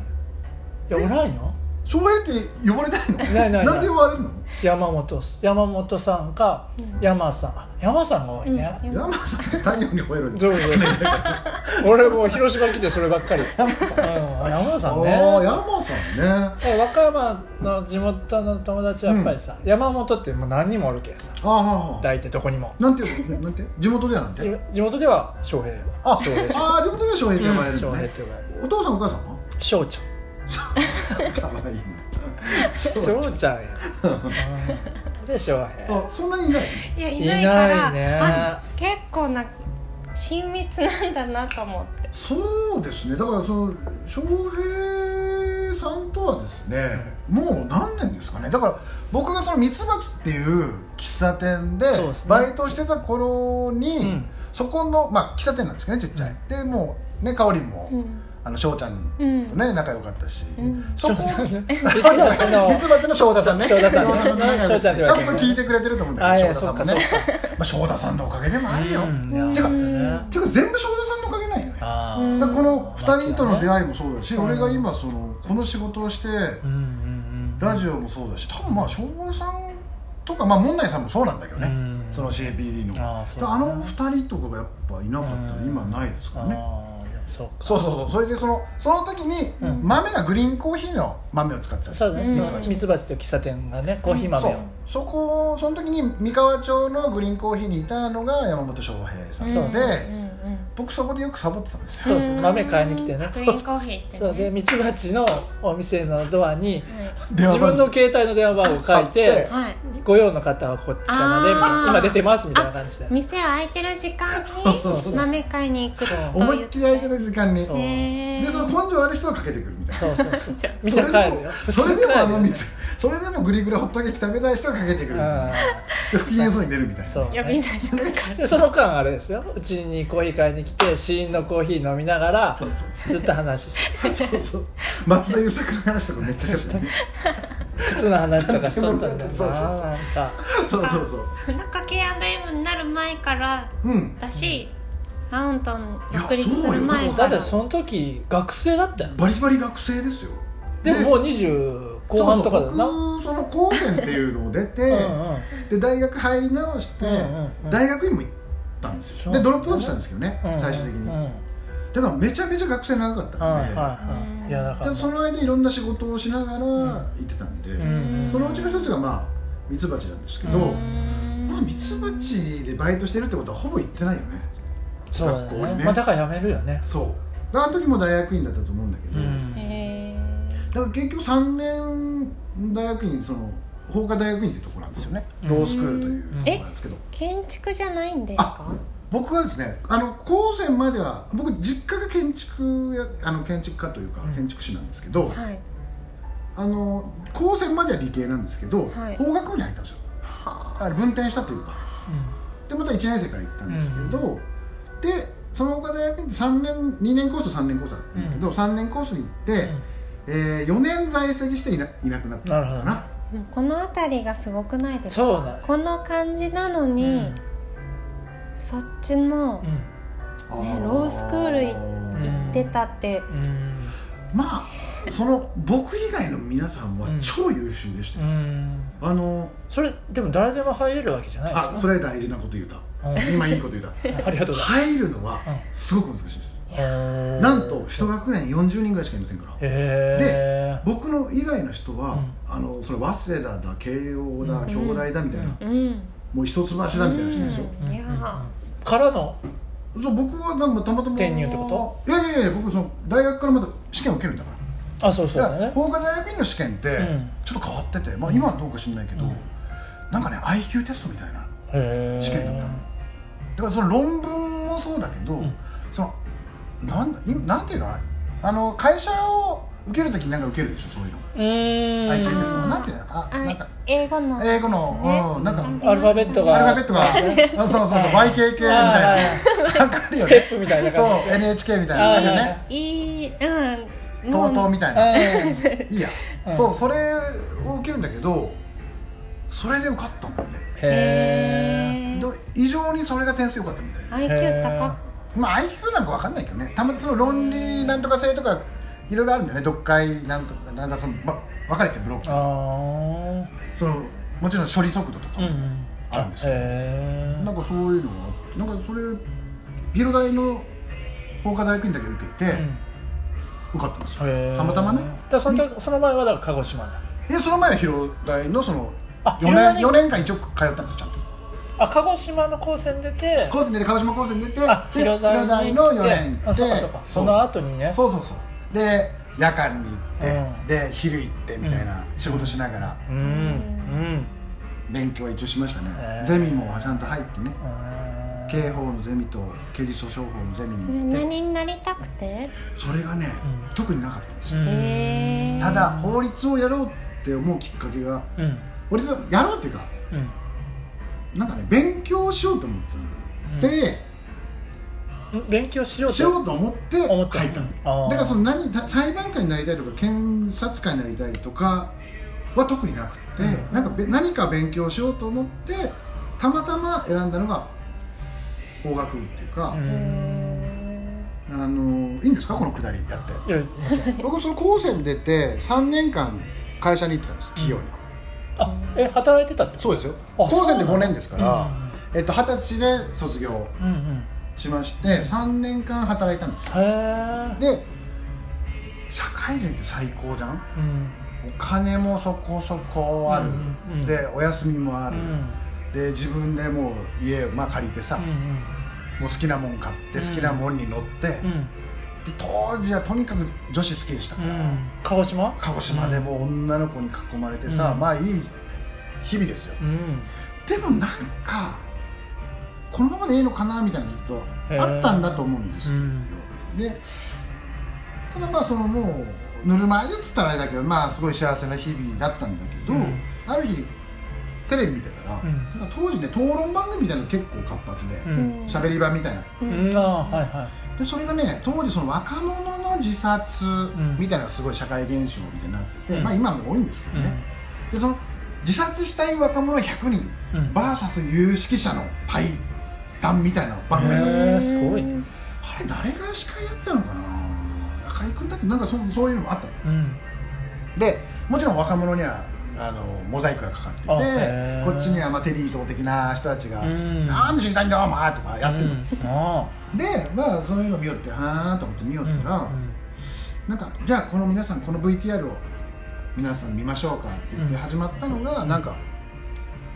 Speaker 1: やおらんよ
Speaker 3: 翔平って呼ばれたいの
Speaker 1: ないない
Speaker 3: んで呼ばれるの
Speaker 1: 山本山本さんか
Speaker 2: うん
Speaker 1: 山さん、あ山さんが多い
Speaker 2: うん
Speaker 1: ね、
Speaker 3: 山田さんね太陽に吠えろ
Speaker 1: 上手 俺もう広島来てそればっかり、うん、
Speaker 3: 山田さん
Speaker 1: 山田さんね
Speaker 3: ああ山田さんね
Speaker 1: え和歌山の地元の友達はやっぱりさ、山本ってもう何人もおるけんさ
Speaker 3: ああ
Speaker 1: 大体どこにも
Speaker 3: なんていうのなんて地元ではなんて
Speaker 1: 地地元では翔平
Speaker 3: あ
Speaker 1: 翔平
Speaker 3: あー地元では翔平って呼ばれる
Speaker 1: 翔
Speaker 3: の
Speaker 1: 平っ
Speaker 3: ね
Speaker 1: て呼ばれる
Speaker 3: お父さんお母さん は
Speaker 1: 翔ち
Speaker 3: かわいい
Speaker 1: ゃん翔ちゃんや、うんで翔
Speaker 3: な
Speaker 1: 平
Speaker 3: あそんなにいない
Speaker 2: いやいないから
Speaker 1: いないね
Speaker 2: あ結構な親密なんだなと思って
Speaker 3: そうですねだからその翔平さんとはですねもう何年ですかねだから僕がそのミツバチっていう喫茶店で
Speaker 1: そうですね
Speaker 3: バイトしてた頃に、
Speaker 1: うん
Speaker 3: そこのまあ喫茶店なんですけどねちっちゃい、でもうねかおりんも、
Speaker 2: うん
Speaker 3: あの翔ちゃん
Speaker 2: う
Speaker 3: と
Speaker 2: ん
Speaker 3: ね仲良かったし、
Speaker 2: うん
Speaker 3: そこ
Speaker 1: ミツ
Speaker 3: ミ
Speaker 1: バチの
Speaker 3: ツバチの翔太さんね
Speaker 1: 翔太さんね
Speaker 3: 翔太さん
Speaker 1: 翔ちゃんって言わ
Speaker 3: 多
Speaker 1: れてる
Speaker 3: 分聞いてくれてると思うんだ
Speaker 1: あい
Speaker 3: けど
Speaker 1: や
Speaker 3: 翔太さんもね
Speaker 1: そっ
Speaker 3: まあ翔太さんのおかげでもあるよ、
Speaker 1: うん
Speaker 3: て
Speaker 1: いや
Speaker 3: か
Speaker 1: 本
Speaker 3: てか全部翔太さんのおかげなんよね
Speaker 1: あ
Speaker 2: う
Speaker 1: ー
Speaker 2: ん
Speaker 3: だからこの2人との出会いもそうだし、
Speaker 1: うん
Speaker 3: 俺が今そのこの仕事をして、
Speaker 1: うんうんうん
Speaker 3: ラジオもそうだし多分まあ翔平さんとかまあ門内さんもそうなんだけどね、
Speaker 1: うん
Speaker 3: その CPD の
Speaker 1: あーそうですね
Speaker 3: だからあの2人とかがやっぱいなかったら
Speaker 1: うん
Speaker 3: 今ないですからね、
Speaker 1: ああそうか
Speaker 3: そうそうそうそれでそのその時に
Speaker 1: うん
Speaker 3: 豆がグリーンコーヒーの豆を使ってたんです
Speaker 1: そうだね
Speaker 2: うん
Speaker 1: そのミツバチと喫茶店がねコーヒー豆
Speaker 3: そ
Speaker 1: を、
Speaker 3: うそこその時に三河町のグリーンコーヒーにいたのが山本翔平さんで、
Speaker 1: そう
Speaker 2: うんうんうん
Speaker 3: 僕そこでよくサボってたんですよ、
Speaker 1: そうそう豆買いに来てね
Speaker 2: グリーンコーヒーってね
Speaker 1: そうでミツバチのお店のドアに
Speaker 3: 電話
Speaker 1: 自分の携帯の電話番号を書いて
Speaker 2: はい、はい、
Speaker 1: ご用の方はこっちなのでみたい
Speaker 2: あ
Speaker 1: な
Speaker 2: ー
Speaker 1: 今出てますみたいな感じで
Speaker 2: 店を開いてる時間
Speaker 3: そうそうそうそう
Speaker 2: に豆買いに行くと言って
Speaker 3: 思いっきり空いてる時間に
Speaker 1: そう
Speaker 2: へー
Speaker 3: でその根性ある人はかけてくるみたいな
Speaker 1: そうそうそうみんな帰るよ
Speaker 3: それでもあの
Speaker 1: 普
Speaker 3: 三
Speaker 1: 通帰
Speaker 3: つそれでもグリグリホットケーキ食べたい人がかけてくる
Speaker 1: るよ
Speaker 3: みたいなで不機嫌そうに出るみたい
Speaker 1: うん
Speaker 3: な
Speaker 1: そう
Speaker 2: 呼び出しかかる
Speaker 1: でその間あれですようちにコーヒー買いに来て試飲のコーヒー飲みながら
Speaker 3: そう
Speaker 1: ずっと話して
Speaker 3: そうそうそう松田優作の話とかめっちゃしてた
Speaker 1: 靴の話とかしとったんだよ
Speaker 3: そうそうそう
Speaker 1: ななんか
Speaker 3: そうそうそう
Speaker 2: なんか K&M になる前から
Speaker 3: うん
Speaker 2: だし、マウントン
Speaker 3: いや
Speaker 2: 独立する前
Speaker 1: もう
Speaker 2: か
Speaker 1: だ
Speaker 2: ら
Speaker 1: ってその時学生だったよ
Speaker 3: バリバリ学生ですよ
Speaker 1: でももう20後半とかだよな
Speaker 3: そうそう僕その高専っていうのを出て
Speaker 1: うんうん
Speaker 3: で大学入り直して
Speaker 1: うんうんうん
Speaker 3: 大学院も行ったんです
Speaker 1: そ
Speaker 3: よ
Speaker 1: う
Speaker 3: でドロップアウトしたんですけどね
Speaker 1: うん
Speaker 3: 最終的
Speaker 1: うん
Speaker 3: に
Speaker 1: うん
Speaker 3: だからめちゃめちゃ学生長かっ
Speaker 1: はいはい
Speaker 3: た
Speaker 1: はいいやだか
Speaker 3: ん
Speaker 1: ら
Speaker 3: ででその間いろんな仕事をしながら行ってたんで、
Speaker 1: うん
Speaker 3: そのうちの一つがまあミツバチなんですけど、
Speaker 1: う
Speaker 3: まあミツバチでバイトしてるってことはほぼ行ってないよね
Speaker 1: そうだ
Speaker 3: 学校
Speaker 1: ね
Speaker 3: にね
Speaker 1: まあだからやめるよね
Speaker 3: そうあの時も大学院だったと思うんだけ
Speaker 1: う
Speaker 3: ど、
Speaker 1: ん
Speaker 2: へ
Speaker 3: だから結局3年大学院その法科大学院ってとこなんですよね、
Speaker 1: うん
Speaker 3: ロースクールというとこ
Speaker 2: え
Speaker 3: なんですけど
Speaker 2: 建築じゃないんですか
Speaker 3: 僕はですねあの高専までは僕実家が建築やあの建築家というか
Speaker 1: うん
Speaker 3: 建築士なんですけど、
Speaker 2: はい
Speaker 3: あの高専までは理系なんですけど、
Speaker 2: はい
Speaker 3: 法学部に入ったんですよだ
Speaker 2: は
Speaker 3: から分転したというかでまた1年生から行ったんですけど、でその他大学に3年2年コース3年コースだったんだけど、3年コースに行って、え4年在籍していないなくなったのか
Speaker 1: な
Speaker 3: な
Speaker 1: る
Speaker 2: あもうこの辺りがすごくないですか
Speaker 1: そうだよ
Speaker 2: この感じなの
Speaker 1: う
Speaker 2: に、
Speaker 1: ん
Speaker 2: そっちのね
Speaker 3: あ
Speaker 2: ロースクール
Speaker 1: うん
Speaker 2: 行ってたって、
Speaker 1: うん
Speaker 3: まあその僕以外の皆さんは
Speaker 1: うん
Speaker 3: 超優秀でした
Speaker 1: う
Speaker 3: よ、
Speaker 1: ん
Speaker 3: あの
Speaker 1: それでも誰でも入れるわけじゃないでしょ
Speaker 3: あそれは大事なこと言うた
Speaker 1: うん
Speaker 3: 今いいこと言う た
Speaker 1: ありがとうございます
Speaker 3: 入るのは
Speaker 1: う
Speaker 3: すごく難しいです
Speaker 1: へー
Speaker 3: なんと一学年40人ぐらいしかいませんから
Speaker 1: へ
Speaker 3: 僕の以外の人は、
Speaker 1: う
Speaker 3: あのそれ早稲田だ慶応だ、
Speaker 1: うん
Speaker 3: 京大だみたいな、
Speaker 1: うん
Speaker 2: うん
Speaker 3: もう一橋だみたいな人ですよ、
Speaker 1: ー
Speaker 2: いやー
Speaker 1: からの
Speaker 3: そう僕はなんかたまたま
Speaker 1: 転入ってこ
Speaker 3: いやいやいや僕その大学からまた試験を受けるんだから
Speaker 1: あそうそうだ
Speaker 3: だから
Speaker 1: ね
Speaker 3: 法科大学院の試験って
Speaker 1: ん
Speaker 3: ちょっと変わってて、まあ、今はどうか知らないけど、
Speaker 1: うん
Speaker 3: なんかね IQ テストみたいな
Speaker 1: へー
Speaker 3: 試験だったのだからその論文もそうだけど、
Speaker 1: ん
Speaker 3: そのなん今なんていうのあの会社を受けるときになんか受けるでしょそういうの、
Speaker 1: うーん
Speaker 3: IQ テスト
Speaker 2: あー
Speaker 3: なんていうのあなん
Speaker 2: あ
Speaker 3: か
Speaker 2: 英語の
Speaker 3: 英語の、
Speaker 2: ね
Speaker 3: うん、なんか
Speaker 1: アルファベットが
Speaker 3: アルファベッ トがあそうそうそう YKK みたいな
Speaker 1: はい
Speaker 3: わかるよ
Speaker 1: ステ
Speaker 3: ね
Speaker 1: ップみたいな
Speaker 3: そう
Speaker 1: 感じ
Speaker 3: NHK みたいな感じで
Speaker 1: はいはい
Speaker 3: ね
Speaker 2: いいうんも
Speaker 3: と
Speaker 2: う
Speaker 3: うとうみたいな
Speaker 1: うん
Speaker 3: いいや、
Speaker 1: うん
Speaker 3: そうそれを受けるんだけどそれで受かったんだよね、
Speaker 1: へ
Speaker 2: へ
Speaker 3: で
Speaker 2: ー
Speaker 3: 異常にそれが点数良かったみたいな
Speaker 2: IQ 高
Speaker 3: まあ IQ なんか分かんないけどねたまにその論理なんとか性とかいろいろあるんだよね読解なんとかなんかその、ま、分かれてブロック
Speaker 1: あ
Speaker 3: そのもちろん処理速度とか
Speaker 1: あうんう
Speaker 3: も
Speaker 1: ん
Speaker 3: あるんですよ、
Speaker 1: へえ
Speaker 3: なんかそういうのがあってなんかそれ広大の法科大学院だけ受けて、受かったんですよたまたまね
Speaker 1: だその時その前はだから鹿児島だ
Speaker 3: でその前は広大のその
Speaker 1: あ
Speaker 3: 4
Speaker 1: 広大
Speaker 3: 年
Speaker 1: に
Speaker 3: 四年間一応通ったんですよちゃんと
Speaker 1: あ鹿児島の高専出て
Speaker 3: 高専出て鹿児島高専出てで
Speaker 1: あ
Speaker 3: 広大
Speaker 1: に
Speaker 3: の
Speaker 1: 行って
Speaker 3: 4年行
Speaker 1: あ
Speaker 3: って
Speaker 1: そうかそうかその後にね
Speaker 3: そうそうそうで夜間に行って、
Speaker 1: うん
Speaker 3: で昼行ってみたいな仕事しながら
Speaker 1: うんうん
Speaker 3: 勉強は一応しましたね、
Speaker 1: へー
Speaker 3: ゼミもちゃんと入ってね
Speaker 1: うん
Speaker 3: 刑法のゼミと刑事訴訟法のゼミ
Speaker 2: それ
Speaker 3: に行って
Speaker 2: 何になりたくて
Speaker 3: それがね、
Speaker 1: うん
Speaker 3: 特になかったんですよ、
Speaker 1: うん
Speaker 2: へー
Speaker 3: ただ法律をやろうって思うきっかけが
Speaker 1: うん
Speaker 3: 法律をやろうっていうか
Speaker 1: うん
Speaker 3: なんかね勉強しようと思って
Speaker 1: うん
Speaker 3: で、
Speaker 1: ん勉強しようと
Speaker 3: しようと思って
Speaker 1: 思
Speaker 3: 入
Speaker 1: って
Speaker 3: った
Speaker 1: あー
Speaker 3: のだからその何裁判官になりたいとか検察官になりたいとかは特になくて、
Speaker 1: うん
Speaker 3: なんかべ何か勉強しようと思ってたまたま選んだのが法学部っていうか、
Speaker 2: へ
Speaker 3: あのいいんですかこのくだりやって
Speaker 1: いや
Speaker 3: 僕その高専出て3年間会社に行ってたんです企業に、
Speaker 1: あえ働いてたって
Speaker 3: そうですよ
Speaker 1: あ
Speaker 3: 高専
Speaker 1: そうな
Speaker 3: で
Speaker 1: んだ
Speaker 3: 5年ですから、えっと、二十歳で卒業
Speaker 1: うんうん
Speaker 3: しまして3年間働いたんですよ
Speaker 1: へえ
Speaker 3: で社会人って最高じゃん
Speaker 1: うん
Speaker 3: お金もそこそこある、
Speaker 1: うんうん
Speaker 3: でお休みもあ
Speaker 1: う
Speaker 3: る、
Speaker 1: ん
Speaker 3: で自分でもう家、まあ、借りてさ、
Speaker 1: うん
Speaker 3: もう好きなもん買って
Speaker 1: うん
Speaker 3: 好きなもんに乗って、
Speaker 1: うんうん
Speaker 3: で当時はとにかく女子好きでした
Speaker 1: う
Speaker 3: から、
Speaker 1: ん鹿児島
Speaker 3: 鹿児島でもう女の子に囲まれてさ、
Speaker 1: うん
Speaker 3: まあいい日々ですよ
Speaker 1: うん
Speaker 3: でもなんかこのままでいいのかなみたいなずっとあったんだと思うんですけど、でただまあそのもうぬるま湯っつったらあれだけどまあすごい幸せな日々だったんだけど、
Speaker 1: うん
Speaker 3: ある日テレビ見てたら、
Speaker 1: うん
Speaker 3: なんか当時ね討論番組みたいなの結構活発で
Speaker 1: う
Speaker 2: ー
Speaker 1: ん
Speaker 3: 喋、り場みたいな
Speaker 1: うんああはいは
Speaker 3: でそれがね当時その若者の自殺みたいなのがすごい社会現象みたいになってて、
Speaker 1: うん
Speaker 3: まあ今も多いんですけ
Speaker 1: い
Speaker 3: どね、でその自殺したい若者100人
Speaker 1: うん
Speaker 3: VS 有識者の対談みたいな番組だったの
Speaker 1: へーすごいね
Speaker 3: あれ誰が司会やってたのかな中居君だってなんかそそういうのもあったの
Speaker 1: うん
Speaker 3: でもちろん若者にはあのモザイクがかかってて
Speaker 1: あへー
Speaker 3: こっちには、まあ、テリー党的な人たちが「
Speaker 1: うん
Speaker 3: なんで知りたいんだお前」とかやってるの、
Speaker 1: うんああ
Speaker 3: でまあそういうの見よってはあと思って見よったら、
Speaker 1: うん
Speaker 3: なんかじゃあこの皆さんこの VTR を皆さん見ましょうかって言って始まったのが、なんか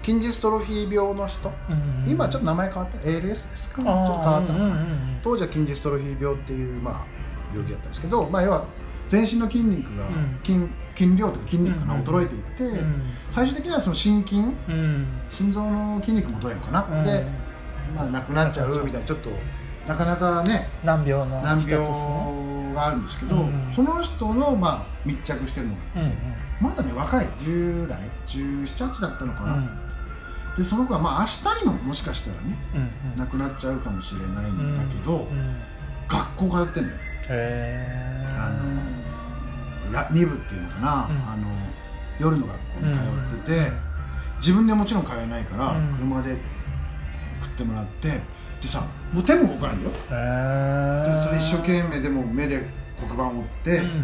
Speaker 3: 筋ジストロフィー病の人、
Speaker 1: うん
Speaker 3: 今ちょっと名前変わった ALS ですかちょっと変
Speaker 1: ああ
Speaker 3: わったのかな、
Speaker 1: うんうん
Speaker 3: 当時は筋ジストロフィー病っていう、まあ、病気だったんですけど、まあ、要は全身の筋肉が
Speaker 1: うん
Speaker 3: 筋,、筋量とか筋肉が
Speaker 1: うんうん
Speaker 3: 衰えていって、
Speaker 1: うん
Speaker 3: 最終的にはその心
Speaker 1: う
Speaker 3: 筋
Speaker 1: んうん
Speaker 3: 心臓の筋肉も衰えるのかな、
Speaker 1: うん
Speaker 3: で、まあ、なくなっちゃうみたいなちょっとなかなかね
Speaker 1: 難病の
Speaker 3: 難
Speaker 1: 一つ
Speaker 3: 病
Speaker 1: ですね
Speaker 3: があるんですけど、
Speaker 1: うん
Speaker 3: その人の、まあ、密着してるのが
Speaker 1: う
Speaker 3: あ
Speaker 1: んう
Speaker 3: っ
Speaker 1: ん
Speaker 3: て、まだね若い10代1718だったのかな、でその子はまあ明日にももしかしたらね
Speaker 1: うんうん
Speaker 3: 亡くなっちゃうかもしれない
Speaker 1: うんん
Speaker 3: だけ
Speaker 1: う
Speaker 3: ど、
Speaker 1: んへ
Speaker 3: 学校通ってんだよ
Speaker 1: え
Speaker 3: あのラ2部っていうのかな、
Speaker 1: うん
Speaker 3: あの夜の学校に通ってて、自分でもちろん通えないから、
Speaker 1: うん
Speaker 3: 車で送ってもらってでさもう手も動かないんだよ
Speaker 1: へ
Speaker 3: で
Speaker 1: え
Speaker 3: それ一生懸命でもう目で黒板を折って、
Speaker 1: うん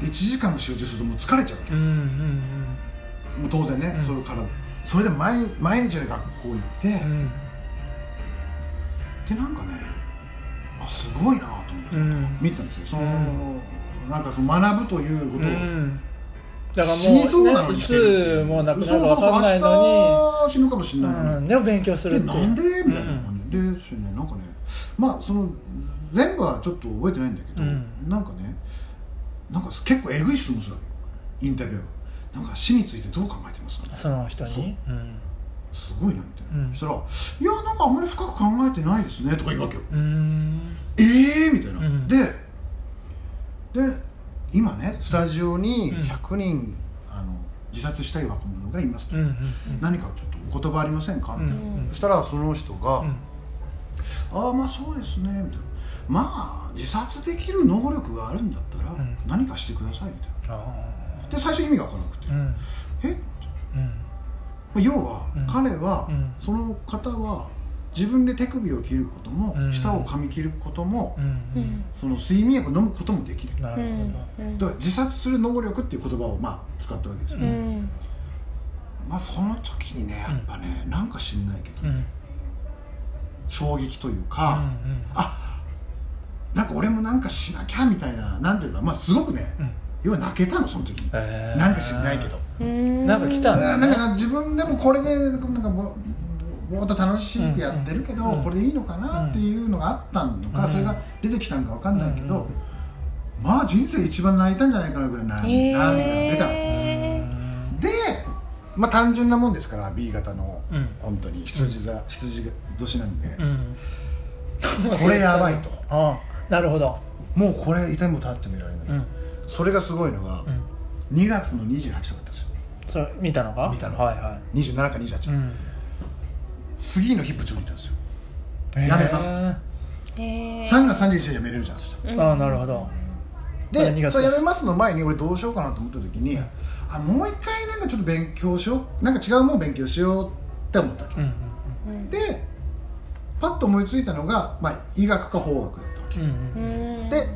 Speaker 3: で1時間も集中するともう疲れちゃうわけ
Speaker 1: うんうん
Speaker 3: もう当然ね、
Speaker 1: うん
Speaker 3: それからそれで毎毎日のように学校行って、
Speaker 1: うんうん
Speaker 3: でなんかねあすごいなと思って、
Speaker 1: うん
Speaker 3: 見てたんですよその、
Speaker 1: う
Speaker 3: なんかその学ぶということを、
Speaker 1: うんだからもう、ね、
Speaker 3: 死にそうなのに
Speaker 1: い
Speaker 3: してる
Speaker 1: つもうなくなるかわかんないの
Speaker 3: そうそうそう明日死ぬかもしれ
Speaker 1: に
Speaker 3: ないのに、
Speaker 1: うん、でも勉強するって
Speaker 3: でなんでみたいな
Speaker 1: うん
Speaker 3: 感じで、そうねなんかねまあその全部はちょっと覚えてないんだけど、
Speaker 1: うん
Speaker 3: なんかねなんか結構えぐい質問するわけインタビューはなんか死についてどう考えてますか
Speaker 1: その人
Speaker 3: そう
Speaker 1: にうん
Speaker 3: すごいなみたいな、
Speaker 1: うん
Speaker 3: そしたら「いやなんかあんまり深く考えてないですね」とか言うわけよ
Speaker 1: うーん
Speaker 3: ええみたいな、
Speaker 1: うん
Speaker 3: でで今ねスタジオに
Speaker 1: うん
Speaker 3: 100人、あの自殺したい若者がいますと、
Speaker 1: うんうん
Speaker 3: 何かちょっとお言葉ありませんかみたいな、
Speaker 1: うん
Speaker 3: そしたらその人が「
Speaker 1: うん
Speaker 3: ああまあそうですね」みたいな「まあ自殺できる能力があるんだったら
Speaker 1: ん
Speaker 3: 何かしてください」みたい
Speaker 1: あ
Speaker 3: なで最初意味が分からなくて
Speaker 1: ーうん
Speaker 3: 「え
Speaker 1: うん
Speaker 3: まあ要は
Speaker 1: うん
Speaker 3: 彼は
Speaker 1: うん
Speaker 3: その方は自自分で手首を切ることも、
Speaker 1: うん
Speaker 3: 舌を噛み切ることも、
Speaker 1: うん
Speaker 3: その睡眠薬を飲むこともできる、
Speaker 1: なるほ
Speaker 3: だから自殺する能力っていう言葉をまあ使ったわけですよ、
Speaker 1: うん
Speaker 3: まあその時にねやっぱね、なんか知んないけど、
Speaker 1: どうん
Speaker 3: 衝撃という
Speaker 1: う
Speaker 3: か、
Speaker 1: ん
Speaker 3: あなんか俺もなんかしなきゃみたいななんていうかまあすごくね、
Speaker 1: うん
Speaker 3: 要は泣けたのその時に、
Speaker 1: えー
Speaker 3: なんか知んないけど、
Speaker 1: なんか来たん
Speaker 3: な
Speaker 1: だ
Speaker 3: んか
Speaker 1: ね
Speaker 3: な自分でもこれでなんかぼぼーっと楽しくやってるけど、
Speaker 1: うんうん
Speaker 3: これでいいのかなっていうのがあったのか、
Speaker 1: うん
Speaker 3: それが出てきたのかわかんないけ
Speaker 1: う
Speaker 3: ど、
Speaker 1: ん
Speaker 3: まあ人生一番泣いたんじゃないかなぐらいな
Speaker 2: えー
Speaker 3: 涙が出たわけですよで、まあ、単純なもんですから B 型の、
Speaker 1: うん
Speaker 3: 本当に羊座羊年なんで、
Speaker 1: うん
Speaker 3: これやばいと
Speaker 1: ああなるほど
Speaker 3: もうこれ痛みも立ってもいられない、
Speaker 1: うん
Speaker 3: それがすごいのが、
Speaker 1: うん
Speaker 3: 2月の28だったんですよ
Speaker 1: それ見たのか
Speaker 3: 見たの
Speaker 1: はいは
Speaker 3: 27か28、
Speaker 1: いうん
Speaker 3: 次の日部長にいたんですよやめます3月31日で辞めれるじゃんそしたら
Speaker 1: えーああなるほどまだ
Speaker 3: で
Speaker 1: 2月
Speaker 3: それやめますの前に俺どうしようかなと思った時に、あもう一回なんかちょっと勉強しようなんか違うもん勉強しようって思ったわけ、
Speaker 1: うん
Speaker 3: でパッと思いついたのが、まあ、医学か法学だったわけ、
Speaker 1: うんうん
Speaker 3: で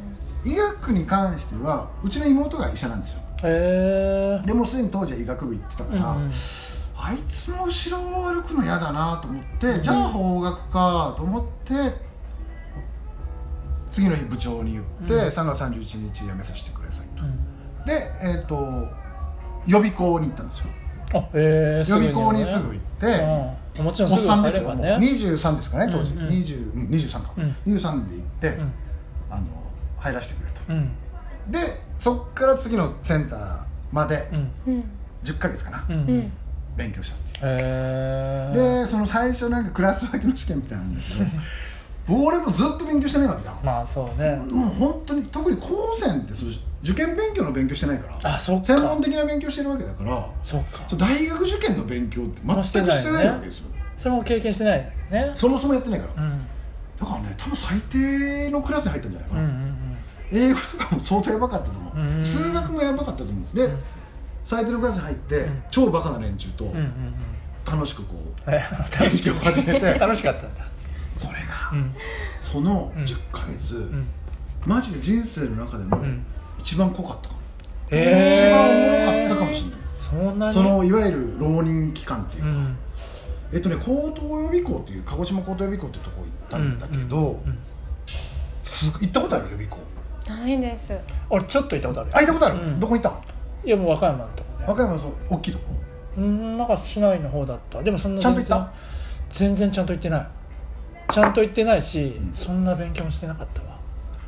Speaker 3: 医学に関してはうちの妹が医者なんですよ
Speaker 1: へ
Speaker 3: でもうすでに当時は医学部行ってたか
Speaker 1: え
Speaker 3: ら、あいつの後ろを歩くの嫌だなと思って、じゃあ法学かと思って次の日部長に言って、
Speaker 1: うん
Speaker 3: 3月31日辞めさせてくださいと、でえっ、と予備校に行ったんですよ
Speaker 1: あええ
Speaker 3: 予備校にすぐ行って、
Speaker 1: うんもちろん
Speaker 3: おっ
Speaker 1: すぐ
Speaker 3: さんで
Speaker 1: 入
Speaker 3: す
Speaker 1: れ
Speaker 3: よ、
Speaker 1: ば
Speaker 3: もう
Speaker 1: ね
Speaker 3: 23ですかね当時、
Speaker 1: うんうん
Speaker 3: 20うん23か、
Speaker 1: うん
Speaker 3: 23で行って、
Speaker 1: うん
Speaker 3: あの入らせてくれと
Speaker 1: うん
Speaker 3: でそっから次のセンターまで
Speaker 1: うん
Speaker 3: 10ヶ月かな、
Speaker 1: うんうん
Speaker 3: 勉強したっていう
Speaker 1: へえ
Speaker 3: でその最初なんかクラス分けの試験みたいなのあるんだけど 俺もずっと勉強してないわけじゃん
Speaker 1: まあそうね
Speaker 3: もう本当に特に高専ってその受験勉強の勉強してないから
Speaker 1: あそっ
Speaker 3: 専門
Speaker 1: か
Speaker 3: 的な勉強してるわけだから
Speaker 1: そっか
Speaker 3: そう大学受験の勉強って全くして
Speaker 1: してな
Speaker 3: ないい
Speaker 1: よね
Speaker 3: わけですよ、
Speaker 1: それも経験してないんだけどね
Speaker 3: そもそもやってないから
Speaker 1: う
Speaker 3: だ
Speaker 1: ん
Speaker 3: からね多分最低のクラスに入ったんじゃないか
Speaker 1: うんう
Speaker 3: な、
Speaker 1: ん
Speaker 3: 英語とかも相当やばかったと思う、
Speaker 1: うん
Speaker 3: 数学もやばかったと思うで、
Speaker 1: ん
Speaker 3: 最低のクラスに入って、超バカな連中と
Speaker 1: うんうんうんうん
Speaker 3: 楽しくこう
Speaker 1: え
Speaker 3: 勉強を始めて
Speaker 1: 楽しかったんだ
Speaker 3: それが
Speaker 1: うん
Speaker 3: その
Speaker 1: うん
Speaker 3: 10ヶ月、
Speaker 1: うん
Speaker 3: マジで人生の中でも
Speaker 1: ん
Speaker 3: 一番濃かったかも、
Speaker 1: へー
Speaker 3: 一番おもろかったかもしれない、
Speaker 1: そんなに
Speaker 3: そのいわゆる浪人期間っていう
Speaker 1: う
Speaker 3: か、
Speaker 1: ん
Speaker 3: えっとね高等予備校っていう鹿児島高等予備校ってとこ行ったんだけど、
Speaker 1: うん
Speaker 3: す行ったことある予備校
Speaker 2: ないです。
Speaker 1: 俺ちょっと行ったことあるよ
Speaker 3: あ行ったことある、
Speaker 1: うん
Speaker 3: どこ行ったの
Speaker 1: いやもう和歌山のとこね
Speaker 3: 和歌山のそう大きいとこ
Speaker 1: うんなんか市内の方だったでもそんな
Speaker 3: ちゃんと
Speaker 1: 全
Speaker 3: 行った
Speaker 1: 然全然ちゃんと行ってないちゃんと行ってないし、
Speaker 3: ん
Speaker 1: そんな勉強もしてなかったわ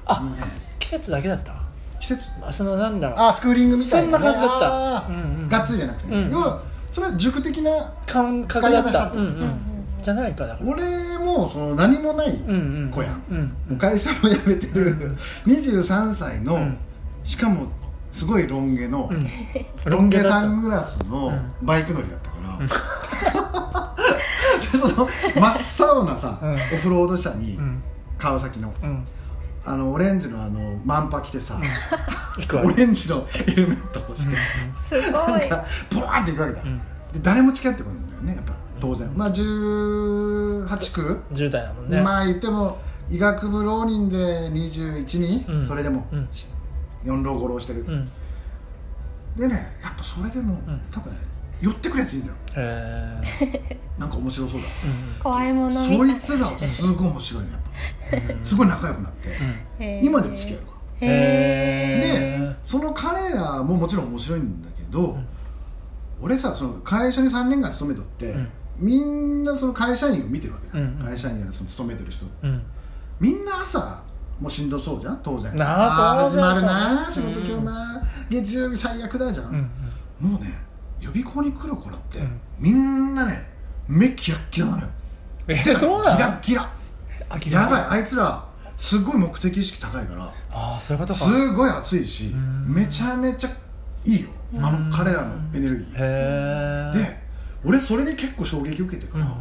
Speaker 1: あ、
Speaker 3: あのね
Speaker 1: 季節だけだったわ
Speaker 3: 季節
Speaker 1: あそのなんだろう
Speaker 3: あスクーリングみたいな、
Speaker 1: そんな感じだった
Speaker 3: あー
Speaker 1: うんうん
Speaker 3: がっつりじゃなくてね、
Speaker 1: うん
Speaker 3: 要はそれは塾的な
Speaker 1: 感覚だっ
Speaker 3: 使い方した
Speaker 1: た
Speaker 3: って
Speaker 1: う
Speaker 3: こ
Speaker 1: ん
Speaker 3: と
Speaker 1: うんじゃないかだから
Speaker 3: 俺もその何もない
Speaker 1: うんうん
Speaker 3: 子やん、
Speaker 1: うんうん
Speaker 3: 会社も辞めてる23歳の、
Speaker 1: うん
Speaker 3: しかもすごいロン毛の、
Speaker 1: うん
Speaker 3: ロン毛
Speaker 1: だった
Speaker 3: サングラスの
Speaker 1: う
Speaker 3: バイク乗りだったから、 でその真っ青なさ、
Speaker 1: うん
Speaker 3: オフロード車に、
Speaker 1: うん
Speaker 3: 川崎の
Speaker 1: うん
Speaker 3: あのオレンジのあのマンパ着てさ、
Speaker 1: 行くわ
Speaker 3: オレンジのヘルメットをして、
Speaker 2: すごい。
Speaker 3: なんかブワーっていくわけだ、
Speaker 1: うん
Speaker 3: で誰も近寄ってこないんだよねやっぱ当然、まあ18区、
Speaker 1: 10代だもんね
Speaker 3: まあ言っても医学部浪人で21人、
Speaker 1: うん
Speaker 3: それでも、
Speaker 1: うん
Speaker 3: 4浪5浪してる、
Speaker 1: うん
Speaker 3: でねやっぱそれでも、
Speaker 1: ん
Speaker 3: 多分ね寄ってくるやついいんだよ
Speaker 1: え
Speaker 3: なんか面白そうだっ
Speaker 1: ー、うん
Speaker 2: 怖いも
Speaker 3: て
Speaker 2: の
Speaker 3: そ
Speaker 2: 見
Speaker 3: いつらすごい面白いねやっぱすごい仲良くなって、
Speaker 1: うん
Speaker 2: た。
Speaker 3: 今でも付き合うから
Speaker 2: へえ。
Speaker 3: でその彼らももちろん面白いんだけど、俺さその会社に3年間勤めとって、
Speaker 1: うん
Speaker 3: みんなその会社員を見てるわけだ、
Speaker 1: うんうん
Speaker 3: 会社員やらその勤めてる人
Speaker 1: うん
Speaker 3: みんな朝もうしんどそうじゃん当然
Speaker 1: なあ
Speaker 3: あー
Speaker 1: 当然
Speaker 3: 始まるなあ
Speaker 1: そ
Speaker 3: 仕
Speaker 1: うね
Speaker 3: 事今日なあ、月曜日最悪だじゃ、
Speaker 1: うんん
Speaker 3: もうね予備校に来る頃って、
Speaker 1: うん
Speaker 3: みんなね目キラッキラなのよ
Speaker 1: えー、そうなの
Speaker 3: ギラッギラ
Speaker 1: あきら
Speaker 3: やばいあいつらすごい目的意識高いから
Speaker 1: ああそういうことか
Speaker 3: すごい熱いし
Speaker 1: ん
Speaker 3: めちゃめちゃいいよあの彼らのエネルギー
Speaker 1: へえ
Speaker 3: で俺それに結構衝撃受けてから、
Speaker 1: うん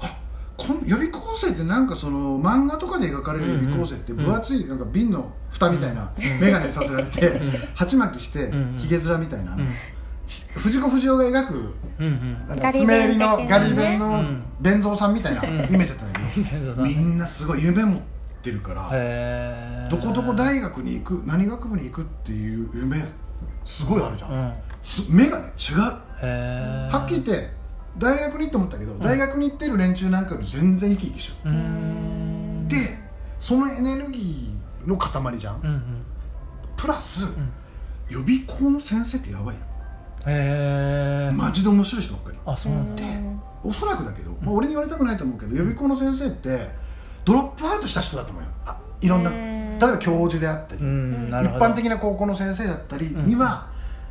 Speaker 3: あこの予備校生ってなんかその漫画とかで描かれる予備校生って
Speaker 1: うんうん
Speaker 3: 分厚いなんか瓶の蓋みたいな眼鏡させられて鉢巻きして
Speaker 1: うんうん
Speaker 3: ひげ面みたいな
Speaker 1: うん
Speaker 3: し藤子不二雄が描く
Speaker 1: うんうん
Speaker 3: な
Speaker 2: ガ
Speaker 3: んか
Speaker 2: リ
Speaker 3: 爪
Speaker 2: 勉
Speaker 3: 入りの
Speaker 2: 的なね
Speaker 3: ガリ弁
Speaker 1: う
Speaker 3: の
Speaker 1: ん
Speaker 3: 弁蔵さんみたいなイメージだったんだけ
Speaker 1: 遠藤さ
Speaker 3: ど
Speaker 1: ん
Speaker 3: みんなすごい夢持ってるから
Speaker 1: へー
Speaker 3: どこどこ大学に行く何学部に行くっていう夢すごいあるじゃ
Speaker 1: うんんへ
Speaker 3: す目がね違う
Speaker 1: え
Speaker 3: はっきり言って大学にって思ったけど大学に行ってる連中なんかより全然生き生きし
Speaker 1: うーん
Speaker 3: てるでそのエネルギーの塊じゃ
Speaker 1: うんんうん
Speaker 3: プラス
Speaker 1: ん
Speaker 3: 予備校の先生ってやばいよ
Speaker 1: へえ
Speaker 3: マジで面白い人ばっかり
Speaker 1: あそうなんだ
Speaker 3: おそらくだけど、まあ、俺に言われたくないと思うけど、予備校の先生ってドロップアウトした人だと思うよあいろんな
Speaker 2: う
Speaker 3: 例
Speaker 2: ん
Speaker 3: えば教授であったり、
Speaker 1: うんな
Speaker 3: 一
Speaker 1: るほど
Speaker 3: 般的な高校の先生だったり
Speaker 1: ん
Speaker 3: には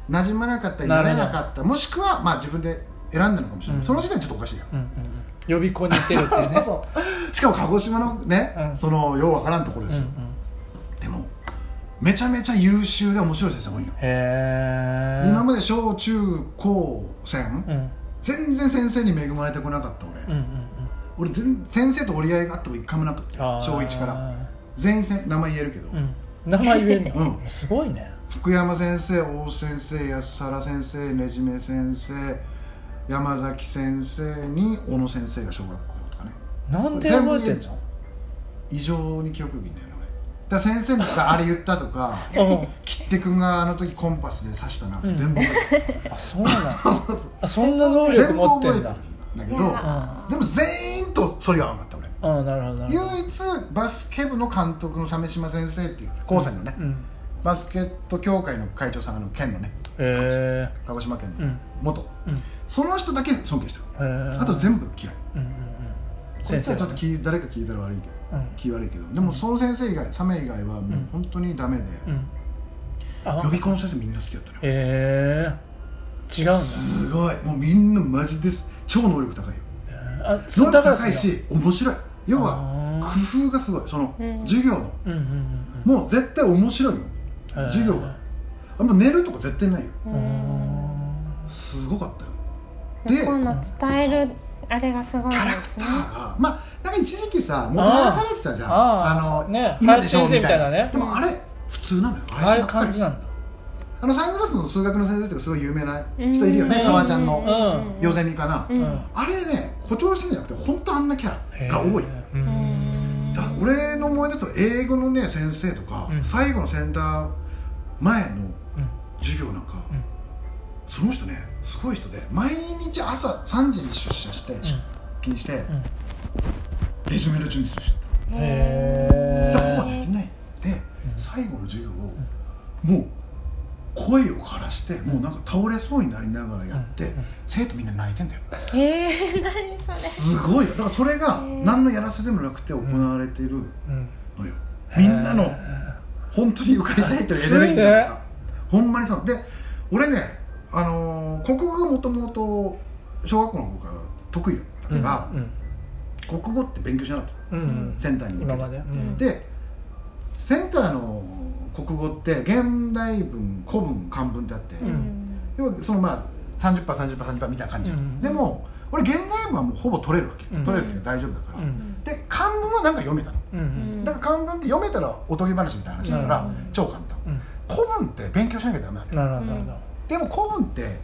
Speaker 3: 馴染まなかったり
Speaker 1: な
Speaker 3: な
Speaker 1: るほ
Speaker 3: れ
Speaker 1: ど
Speaker 3: なかったもしくはまあ自分で選んだのかもしれない、
Speaker 1: うん
Speaker 3: その時点でちょっとおかしいやん
Speaker 1: うんうんうん予備校に行ってるっていうね
Speaker 3: しかも鹿児島のね、
Speaker 1: うん
Speaker 3: そのようわからんところですよ、
Speaker 1: うんうん
Speaker 3: でもめちゃめちゃ優秀で面白い先生が多いよ、
Speaker 1: へえ
Speaker 3: 今まで小中高専、
Speaker 1: うん
Speaker 3: 全然先生に恵まれてこなかった俺、
Speaker 1: うんうんうん
Speaker 3: 俺全先生と折り合いがあったこと一回もなくて
Speaker 1: あー
Speaker 3: 小1から全員せ名前言えるけど、
Speaker 1: うん名前言えるの
Speaker 3: う
Speaker 1: すごいね
Speaker 3: 福山先生大先生安原先生ねじめ先生山崎先生に小野先生が小学校とかね
Speaker 1: なんで覚えてんの
Speaker 3: 異常に記憶力いいんだよね俺だから先生があれ言ったとか
Speaker 1: う
Speaker 3: 切手君があの時コンパスで刺したなって全部覚えてる、
Speaker 1: んあそうなんだあそんな能力
Speaker 3: 全部
Speaker 1: 持っ
Speaker 3: 覚
Speaker 1: て
Speaker 3: えてる
Speaker 1: ん
Speaker 3: ん
Speaker 1: だ
Speaker 3: だけ
Speaker 2: い
Speaker 3: ど
Speaker 2: や
Speaker 3: でも全員とそれが合わなかった俺
Speaker 1: ああなるほどなるほど
Speaker 3: 唯一バスケ部の監督の鮫島先生っていう高専のね、
Speaker 1: うん
Speaker 3: バスケット協会の会長さんあの県のね
Speaker 1: へ
Speaker 3: 鹿児島県
Speaker 1: う
Speaker 3: の
Speaker 1: ん
Speaker 3: 元、
Speaker 1: うん
Speaker 3: その人だけ尊敬してる、
Speaker 1: えへえ
Speaker 3: あと全部嫌い
Speaker 1: うんうんうん
Speaker 3: こい
Speaker 1: 先
Speaker 3: つは
Speaker 1: 生
Speaker 3: ちょっと気誰か聞いたら悪いけど、
Speaker 1: うん
Speaker 3: 気悪いけどでもその先生以外サメ以外はもう本当にダメで、
Speaker 1: うん
Speaker 3: 予
Speaker 1: あ
Speaker 3: 備校の先生みんな好きだったのよ
Speaker 1: へえ違うんだ
Speaker 3: すごいもうみんなマジです超能力高いよ
Speaker 1: あ
Speaker 3: 能
Speaker 1: そう
Speaker 3: 力
Speaker 1: だから好き
Speaker 3: 高
Speaker 1: ない
Speaker 3: し面白い要は
Speaker 1: あ
Speaker 3: 工夫がすごいその
Speaker 2: うん
Speaker 3: 授業の、
Speaker 1: うんうん
Speaker 3: もう絶対面白いよ
Speaker 1: へー
Speaker 3: 授業があんま寝るとか絶対ないよ
Speaker 1: うんうん
Speaker 3: すごかったよで
Speaker 2: この伝えるあれがすごいで
Speaker 3: キャラク
Speaker 2: す
Speaker 3: タ
Speaker 2: ね
Speaker 3: ーが、まあなんか一時期さもてはやされてたじゃん
Speaker 1: あー
Speaker 3: の
Speaker 1: ね
Speaker 3: 今でしょ
Speaker 1: 林先生みたいなね
Speaker 3: でもあれ普通なのよ
Speaker 1: ああいう
Speaker 3: 林ばっか
Speaker 1: 感
Speaker 3: り
Speaker 1: じなんだ
Speaker 3: あのサングラスの数学の先生とかすごい有名な
Speaker 2: うん
Speaker 3: 人いるよね
Speaker 1: うん
Speaker 3: かわちゃん
Speaker 1: う
Speaker 3: の
Speaker 1: ん
Speaker 3: ヨゼミかな、
Speaker 1: うん
Speaker 3: あれね誇張してんじゃなくて本当あんなキャラが多い
Speaker 1: へーうん
Speaker 3: だ俺の思い出だと英語のね先生とか、
Speaker 1: うん
Speaker 3: 最後のセンター前の
Speaker 1: うん
Speaker 3: 授業なんか、
Speaker 1: うん
Speaker 3: その人ねすごい人で毎日朝3時に出社して、出勤して、
Speaker 1: ん
Speaker 3: レジュメの準備する人
Speaker 1: へ
Speaker 3: でほぼ寝
Speaker 1: え
Speaker 3: てないで、最後の授業を、もう声を枯らして、もうなんか倒れそうになりながらやって、生徒みんな泣いてんだよ
Speaker 2: えー、何そ
Speaker 3: すごいよだからそれが
Speaker 2: ー
Speaker 3: 何のやらせでもなくて行われている
Speaker 1: うん
Speaker 3: のよ、みんなの本当に受かりたいというエネルギーがあった、ほんまにそうで俺ねあのー国語がもともと小学校の頃から得意だったから、
Speaker 1: うん
Speaker 3: 国語って勉強しなかったの
Speaker 1: うんうん
Speaker 3: センターに向けて
Speaker 1: 今までうん
Speaker 3: でセンターの国語って現代文古文漢文ってあって、
Speaker 2: れ、
Speaker 1: ん
Speaker 3: 要はそのまあ 30%30%30% みたいな感じ、
Speaker 1: うん
Speaker 3: でも俺現代文はもうほぼ取れるわけ、
Speaker 1: うん
Speaker 3: 取れるっていうか大丈夫だから、
Speaker 1: うん
Speaker 3: で漢文はなんか読めたの
Speaker 1: うんうん
Speaker 3: だから漢文って読めたらおとぎ話みたいな話だから、
Speaker 1: うん
Speaker 3: 超簡単
Speaker 1: うん
Speaker 3: 古文って勉強しなきゃダメなのよ
Speaker 1: なるほどなるほど
Speaker 3: でも古文って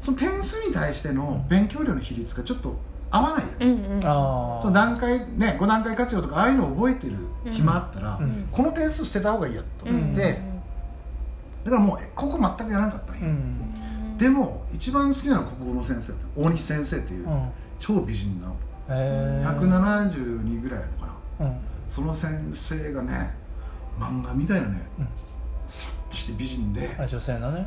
Speaker 3: その点数に対しての勉強量の比率がちょっと合わないよね、
Speaker 2: うんうんうん
Speaker 1: ああ
Speaker 3: その段階ね5段階活用とかああいうのを覚えてる暇あったら、
Speaker 1: うん
Speaker 3: この点数捨てた方がいいやと
Speaker 2: うん
Speaker 3: 思って、だからもうえここ全くやらなかったん
Speaker 1: う
Speaker 3: よ、
Speaker 1: ん
Speaker 3: でも一番好きなのは国語の先生だった大西先生っていううん超美人な
Speaker 1: へー
Speaker 3: 172ぐらいのかな
Speaker 1: うん
Speaker 3: その先生がね漫画みたいなね
Speaker 1: うん
Speaker 3: さっとして美人で
Speaker 1: あ女性のね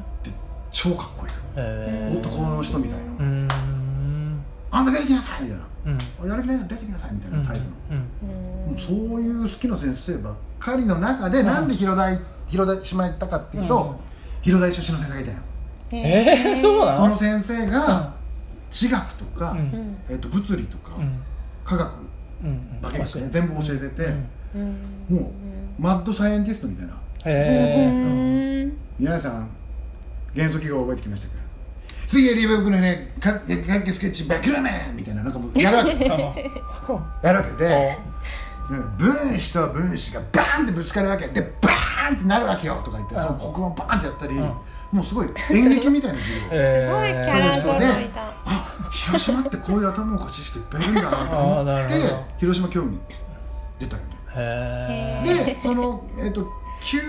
Speaker 3: 超かっこいい
Speaker 1: へー
Speaker 3: 男の人みたいな
Speaker 1: うーん
Speaker 3: 「あんた出てきなさい」みたいな
Speaker 1: うん
Speaker 3: 「やる気ないなら出てきなさい」みたいなタイプの
Speaker 1: うん
Speaker 2: うん
Speaker 3: もうそういう好きな先生ばっかりの中で、なんで広大広大島行ったかっていうと、
Speaker 1: うん
Speaker 3: 広大出身の先生がいたんよ
Speaker 1: えーそうな
Speaker 3: その
Speaker 1: の
Speaker 3: 先生が地学とか、
Speaker 1: う
Speaker 2: うんん
Speaker 3: えっと物理とか、
Speaker 1: うん
Speaker 3: 科学
Speaker 1: うん
Speaker 3: 化学、ね全部教えてて、
Speaker 2: うん
Speaker 3: もうマッドサイエンティストみたいな
Speaker 1: へ
Speaker 2: うん
Speaker 3: 皆さん元素記号覚えてきましたか次はリーブブックのねかかかスケッチバキュラメンみたいななんかもうやるわけ
Speaker 1: え
Speaker 3: やるわけでなんか分子と分子がバーンってぶつかるわけでバーンってなるわけよとか言ってその黒板バーンってやったり、
Speaker 1: ん
Speaker 3: もうすごい演劇みたいな授業
Speaker 2: すごいキャラ
Speaker 3: そ
Speaker 2: ぞ
Speaker 3: の人
Speaker 2: ろい
Speaker 3: ね
Speaker 2: だ
Speaker 3: あ広島ってこういう頭おかしい人いっぱいいるんだなと
Speaker 1: あー
Speaker 3: 思
Speaker 1: な
Speaker 3: っ
Speaker 1: る
Speaker 3: て
Speaker 1: ほど
Speaker 3: 広島興味出たよね
Speaker 1: へえ
Speaker 3: でそのえっ、と旧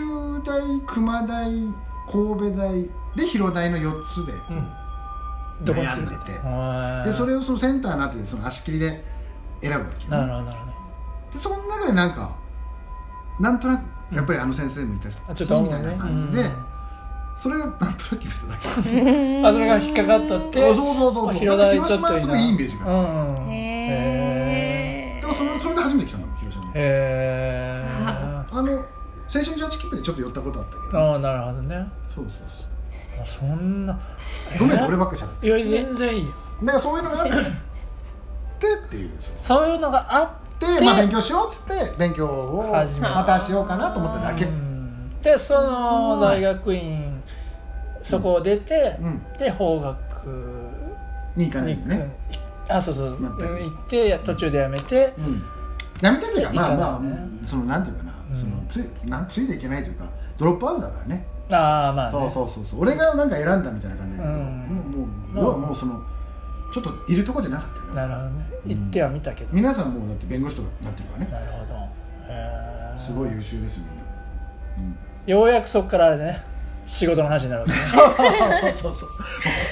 Speaker 3: 大熊大神戸大で広大の4つでこう
Speaker 1: うんどこに
Speaker 3: 悩
Speaker 1: す
Speaker 3: ん
Speaker 1: る
Speaker 3: でて、
Speaker 1: か
Speaker 3: でそれをそのセンターになってその足切りで選ぶわけ
Speaker 1: な
Speaker 3: よ
Speaker 1: る
Speaker 3: ね
Speaker 1: ほどなるほど
Speaker 3: でその中でなんかなんとなくやっぱりあの先生もいたし、
Speaker 1: あちょっと思
Speaker 3: み
Speaker 1: う
Speaker 3: た
Speaker 1: ね
Speaker 3: いな感じで、それをなんとなく決めただけ
Speaker 1: うんあそれが引っかかっとって
Speaker 3: あそうそうそうそう
Speaker 1: 広大ちょっと
Speaker 3: 広島はすごいいいイメージが
Speaker 1: うんうん
Speaker 2: へ
Speaker 1: へ
Speaker 2: え
Speaker 3: でもそのそれで初めて来たの広島に
Speaker 1: えへえ
Speaker 3: あの青春18切符でちょっと寄ったことあったけど
Speaker 1: ああなるほどね
Speaker 3: そうそうそ
Speaker 1: あそんな
Speaker 3: うごめんね
Speaker 1: え
Speaker 3: 俺ばっかりしゃべって
Speaker 1: いや全然いいよ
Speaker 3: だからそういうのがあってっていうそう
Speaker 1: そういうのがあっ
Speaker 3: で、まあ、勉強しようっつって勉強を
Speaker 1: 始めた
Speaker 3: またしようかなと思っただけ
Speaker 1: う
Speaker 3: うん
Speaker 1: でその大学院そこを出て、
Speaker 3: ん
Speaker 1: で法学
Speaker 3: に行かない
Speaker 1: に
Speaker 3: よね
Speaker 1: あそうそう、
Speaker 3: また
Speaker 1: 行って途中でやめて、
Speaker 3: うんやめたというかまあまあ
Speaker 1: 行かないね
Speaker 3: うんそのなんていうかな、そのついなんついていけないというかドロップアウトだからね
Speaker 1: ああまあ、ね、
Speaker 3: そうそうそうそう俺がなんか選んだみたいな感じだけど、
Speaker 1: うん
Speaker 3: もうもう要はもうそのちょっといるとこじゃなかったよ
Speaker 1: な
Speaker 3: ね
Speaker 1: るほどね行っては見たけど、
Speaker 3: 皆さんもうだって弁護士とかになってるからね
Speaker 1: なるほどへー
Speaker 3: すごい優秀ですよみんな
Speaker 1: ようやくそこからね仕事の話になるわけね
Speaker 3: そうそうそうこ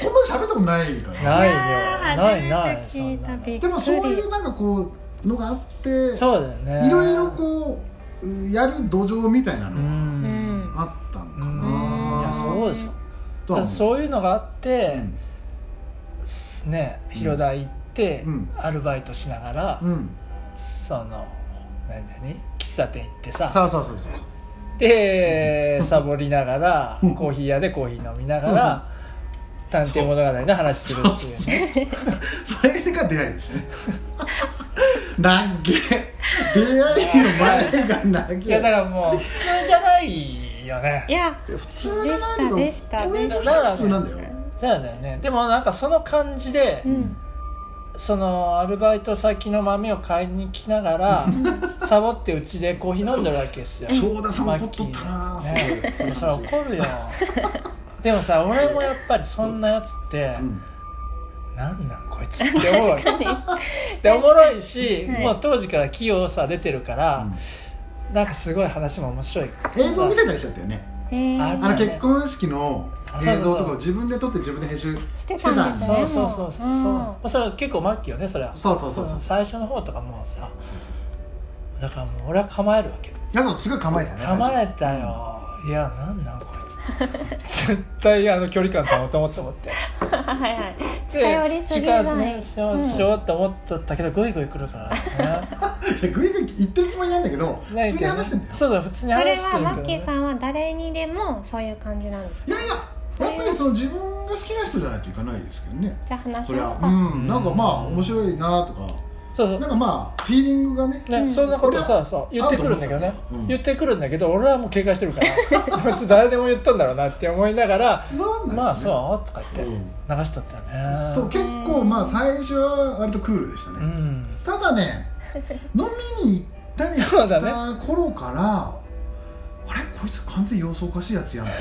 Speaker 3: こまで喋ったことないから
Speaker 1: ないよ
Speaker 2: や
Speaker 1: ない
Speaker 2: ー
Speaker 1: ない
Speaker 2: 初めて聞いた
Speaker 1: そんな
Speaker 2: びっくり
Speaker 3: でもそういうなんかこうのがあって
Speaker 1: そうだよね
Speaker 3: いろいろこううんやる土壌みたいな
Speaker 1: う
Speaker 3: のが
Speaker 2: うんん
Speaker 3: あったんかな、
Speaker 1: いやそうでしょ
Speaker 3: とは思う
Speaker 1: そういうのがあって、
Speaker 3: うん
Speaker 1: ね広大行って、
Speaker 3: うん
Speaker 1: アルバイトしながら、
Speaker 3: うん
Speaker 1: その何何喫茶店行ってさ
Speaker 3: そうそうそうそうそう
Speaker 1: でサボりながら、
Speaker 3: うん
Speaker 1: コーヒー屋でコーヒー飲みながら、探偵物語の話するっていうね
Speaker 3: それが出会いで すねなっけ出会いの前がなっ
Speaker 1: いやだ
Speaker 3: け
Speaker 1: からもう普通じゃないよ
Speaker 2: い
Speaker 1: ね
Speaker 2: や
Speaker 3: 普通じゃないよ
Speaker 2: でしたでした
Speaker 1: でした
Speaker 3: 普通なんだよ
Speaker 1: そうなんだよねでもなんかその感じで、
Speaker 2: うん
Speaker 1: そのアルバイト先の豆を買いに来なが らサボってうちでコーヒー飲んでるわけですよ
Speaker 3: そうだサボっとったな
Speaker 1: マッキー
Speaker 3: すごい
Speaker 1: ねそれ怒るよでもさ俺もやっぱりそんなやつって、
Speaker 3: うん
Speaker 1: なんなんこいつって思うわけでおもろいし、
Speaker 2: はい
Speaker 1: もう当時から器用さ出てるから
Speaker 3: う、
Speaker 1: なんかすごい話も面白い
Speaker 3: 映像見せたりしちゃったよね
Speaker 2: へ
Speaker 1: あ
Speaker 2: ー
Speaker 3: あの結婚式の映像
Speaker 1: そうそ
Speaker 3: とかを
Speaker 1: うそう
Speaker 3: 自分で撮って自分で編集
Speaker 2: してたんです
Speaker 1: そ
Speaker 2: ね
Speaker 1: うそうそうそう、
Speaker 2: も
Speaker 1: そう
Speaker 2: うん
Speaker 1: それは結構末期よねそれは
Speaker 3: そうそうそうそう
Speaker 1: 最初の方とかもうさ
Speaker 3: そうそう
Speaker 1: だからもう俺は構えるわけ
Speaker 3: やつもすごい構えたね最初
Speaker 1: 構えたよいやなんなんこいつ絶対あの距離感保とうと思 って
Speaker 2: はいはい
Speaker 1: で
Speaker 2: 近寄りすぎ
Speaker 1: 近
Speaker 2: な
Speaker 1: づ
Speaker 2: い
Speaker 1: きしようしようと思っとったけどグイグイ来るからね
Speaker 3: いやグイグイ言ってるつもりなんだけど
Speaker 1: ない
Speaker 3: 普
Speaker 1: け
Speaker 3: 通
Speaker 1: ど
Speaker 3: に話してんだよ
Speaker 1: そうそう普通に
Speaker 2: それ
Speaker 1: 話してる
Speaker 2: はマッキー
Speaker 1: ん
Speaker 2: さんは誰にでもそういう感じなんですか
Speaker 3: いやいややっぱりその自分が好きな人じゃないといかないですけどね
Speaker 2: じゃあ話
Speaker 3: そ
Speaker 2: し
Speaker 3: り
Speaker 2: ま
Speaker 3: ゃ
Speaker 2: す
Speaker 3: う
Speaker 2: か
Speaker 3: んなんかまあ面白いなとか
Speaker 1: そうそう
Speaker 3: なんかまあフィーリングがね
Speaker 1: ね、
Speaker 2: うん
Speaker 1: そんなこと
Speaker 3: これ
Speaker 1: さ
Speaker 3: は
Speaker 1: そう言ってくるんだけどね
Speaker 3: 合うと思うんですようん
Speaker 1: 言ってくるんだけど俺はもう警戒してるから 別に誰でも言っとんだろうなって思いながら「まあ
Speaker 3: う
Speaker 1: そう」とか言って
Speaker 3: うん
Speaker 1: 流しとったよね
Speaker 3: そう結構まあ最初は割とクールでしたね、
Speaker 1: うん
Speaker 3: ただね飲みに行ったりし
Speaker 1: そうだ
Speaker 3: た頃から、あれこいつ完全に様子おかしいやつやんって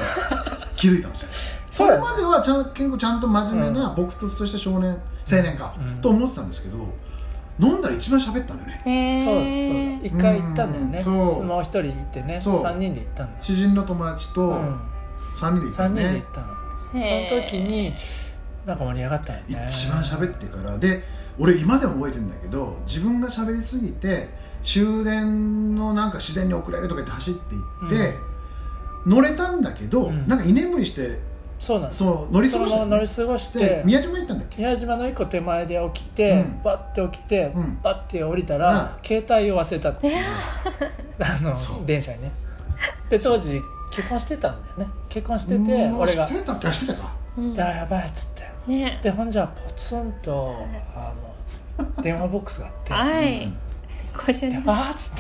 Speaker 3: 気づいたんですよ
Speaker 1: そ
Speaker 3: そう
Speaker 1: だ
Speaker 3: れ
Speaker 1: ね
Speaker 3: まではちゃん結構ちゃんと真面目な撲突とした少年青年か、
Speaker 1: うん
Speaker 3: と思ってたんですけど飲んだら一番喋ったんだよね
Speaker 2: へ
Speaker 1: そうそう
Speaker 2: え
Speaker 1: 一回行ったんだよ
Speaker 3: う
Speaker 1: ね
Speaker 3: んそう
Speaker 1: もう一人いてね
Speaker 3: そう
Speaker 1: 3人で行ったんだよ
Speaker 3: 詩人の友達と
Speaker 1: うん
Speaker 3: 3人で行った
Speaker 1: 3
Speaker 3: ん
Speaker 1: 人
Speaker 3: だ
Speaker 1: で
Speaker 3: よ
Speaker 1: 行
Speaker 3: ね
Speaker 1: っ、たのそ
Speaker 2: へー
Speaker 1: の時になんか盛り上がったよね
Speaker 3: 一番喋ってからで俺今でも覚えてるんだけど自分が喋りすぎて終電のなんか市電に遅れるとか言って走って行って、乗れたんだけど、
Speaker 1: うん
Speaker 3: なんか居眠りして
Speaker 1: そうなんです
Speaker 3: その乗り過
Speaker 1: その
Speaker 3: ごし
Speaker 1: ま
Speaker 3: た
Speaker 1: ま
Speaker 3: のね
Speaker 1: 乗り過ごし
Speaker 3: で
Speaker 1: て
Speaker 3: 宮島行ったんだっけ
Speaker 1: 宮島の一個手前で起きて、
Speaker 3: うん
Speaker 1: バッて起きて、
Speaker 3: うん
Speaker 1: バッて降りたら、携帯を忘れたっていう あ
Speaker 3: そ
Speaker 1: の
Speaker 3: う
Speaker 1: 電車にねで当時結婚してたんだよね結婚してて
Speaker 3: うん
Speaker 1: 俺が
Speaker 3: 知ってたっけあ知ってたか
Speaker 2: うん
Speaker 1: 「あやばい」っつって
Speaker 2: ね
Speaker 1: でほんじゃポツンとあ の電話ボックスがあって
Speaker 2: は
Speaker 3: う
Speaker 2: い
Speaker 3: ん
Speaker 2: ご主
Speaker 1: 「で
Speaker 2: 人
Speaker 1: あっ」つっ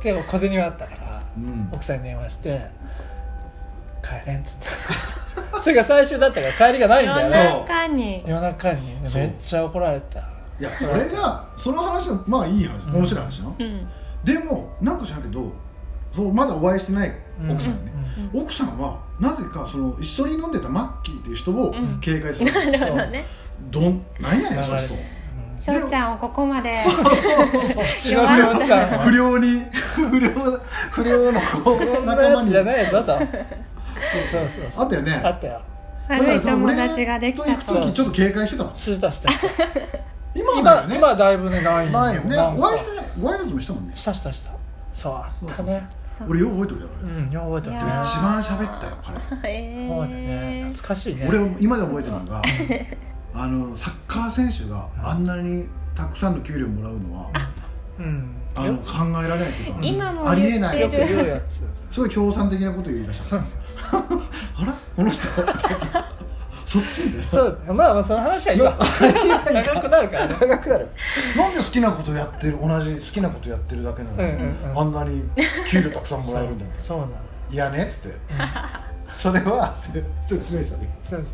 Speaker 1: てで小銭はあったから
Speaker 3: うん
Speaker 1: 奥さんに電話して「帰れん」っ つってそれが最終だったから帰りがないんだよね
Speaker 2: 夜中に
Speaker 1: 夜中に
Speaker 3: そう
Speaker 1: めっちゃ怒られた
Speaker 3: いやそれがその話はまあいい話面白い話よ、
Speaker 2: うん
Speaker 3: でもなんか知らんけどそうまだお会いしてない奥さんにね、
Speaker 2: うん
Speaker 3: 奥さんはなぜかその一緒に飲んでたマッキーっていう人を
Speaker 2: うん
Speaker 3: 警戒する、
Speaker 2: なるほどね
Speaker 3: どんなんやねんその人
Speaker 2: しょうちゃんをここまで
Speaker 1: 違うしょうち ゃん
Speaker 3: 不良に 不良不良の
Speaker 1: こ
Speaker 3: 子
Speaker 1: んな
Speaker 3: 仲間
Speaker 1: やつ
Speaker 3: に
Speaker 1: じゃないぞとそうそうそう
Speaker 3: あったよね
Speaker 1: あったよ
Speaker 2: 悪い友達ができた
Speaker 3: だから
Speaker 2: と
Speaker 3: その俺と行く時ちょっと警戒してたもん
Speaker 1: したしたした
Speaker 3: 今はだよ
Speaker 1: 今
Speaker 3: ね
Speaker 1: 今はだいぶねない
Speaker 3: ないよね
Speaker 1: なんか
Speaker 3: お会いしてないご挨拶もしたもんね
Speaker 1: したしたしたそうあったね
Speaker 2: そう
Speaker 3: 俺よく覚えてるよあれ、
Speaker 1: うんよう覚えて
Speaker 2: い
Speaker 1: る
Speaker 2: や
Speaker 1: ね
Speaker 2: ー
Speaker 3: 一番喋ったよ彼
Speaker 2: え
Speaker 1: そうだね懐かしいね
Speaker 3: 俺今でも覚えてる のがあのサッカー選手があんなにたくさんの給料もらうのは
Speaker 1: うん
Speaker 3: あの
Speaker 1: よ
Speaker 3: 考えられないというか
Speaker 2: 今も言ってる
Speaker 3: ありえない
Speaker 1: よく言うやつ
Speaker 3: すごい共産的なことを言い出した んですよあらこの人そっちみたいな
Speaker 1: そうまあまあその話はいいわ長くなるからね
Speaker 3: 長くなるなんで好きなことやってる同じ好きなことやってるだけなのに、
Speaker 1: うんうんうん
Speaker 3: あんなに給料たくさんもらえる んだよ
Speaker 1: そうなの
Speaker 3: いやねっつってそれは 説明したね
Speaker 1: そう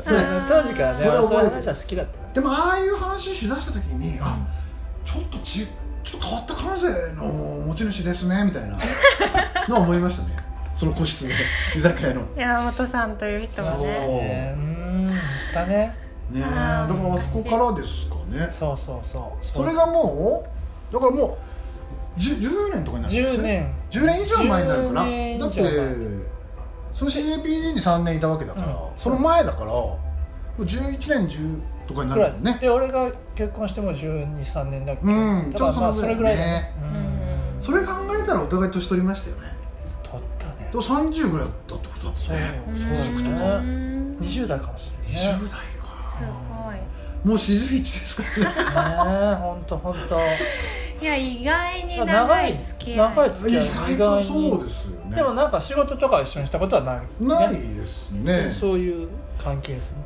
Speaker 1: そうそうね当時からね
Speaker 3: それは
Speaker 1: 俺そういう
Speaker 3: 覚えてる
Speaker 1: 話は好きだった
Speaker 3: でもああいう話しだした時にあちょっとちちょっと変わった感性の持ち主ですねみたい なのは思いましたねその個室で居酒屋の
Speaker 2: 山本さんという人はね
Speaker 1: ねうん言ったね
Speaker 3: ねえだからあそこからですかね
Speaker 1: そうそうそう
Speaker 3: それがもうだからもう 10, 10年とかになるんです
Speaker 1: 10年
Speaker 3: 10年以上前になるか
Speaker 1: 10年以
Speaker 3: なだ
Speaker 1: 上
Speaker 3: って
Speaker 1: 前
Speaker 3: その CAPD に3年いたわけだから、
Speaker 1: うん
Speaker 3: その前だからもう11年10とかにな
Speaker 1: ぐ
Speaker 3: る
Speaker 1: ら
Speaker 3: も
Speaker 1: い
Speaker 3: んね
Speaker 1: で俺が結婚しても123年だっけ
Speaker 3: うん
Speaker 1: だからまあ
Speaker 3: ちょうどそ
Speaker 1: そ
Speaker 3: の
Speaker 1: れ
Speaker 3: ぐ
Speaker 1: ぐ
Speaker 3: ら
Speaker 1: らい
Speaker 3: いだ
Speaker 1: だ
Speaker 3: ね
Speaker 1: ねうん
Speaker 3: それ考えたらお互い年取りましたよね
Speaker 1: 取ったね
Speaker 3: でも30ぐらいだったってことだもん
Speaker 1: そう
Speaker 3: ね
Speaker 1: そう
Speaker 3: 軸と
Speaker 1: だ
Speaker 3: か
Speaker 1: ね
Speaker 2: ん
Speaker 1: 20代かもしれないね
Speaker 3: 20代か
Speaker 2: すごい
Speaker 3: もう41ですからね
Speaker 1: ね本当本当。
Speaker 2: いや意外に
Speaker 1: 長
Speaker 2: 長
Speaker 1: い
Speaker 2: い付き合い
Speaker 1: 長い付き合い
Speaker 3: 意
Speaker 1: 意
Speaker 3: 外と
Speaker 1: 外
Speaker 3: そう
Speaker 1: に
Speaker 3: ですよね
Speaker 1: でもなんか仕事とか一緒にしたことはない
Speaker 3: ない
Speaker 1: ね
Speaker 3: ですね
Speaker 1: そういう関係ですね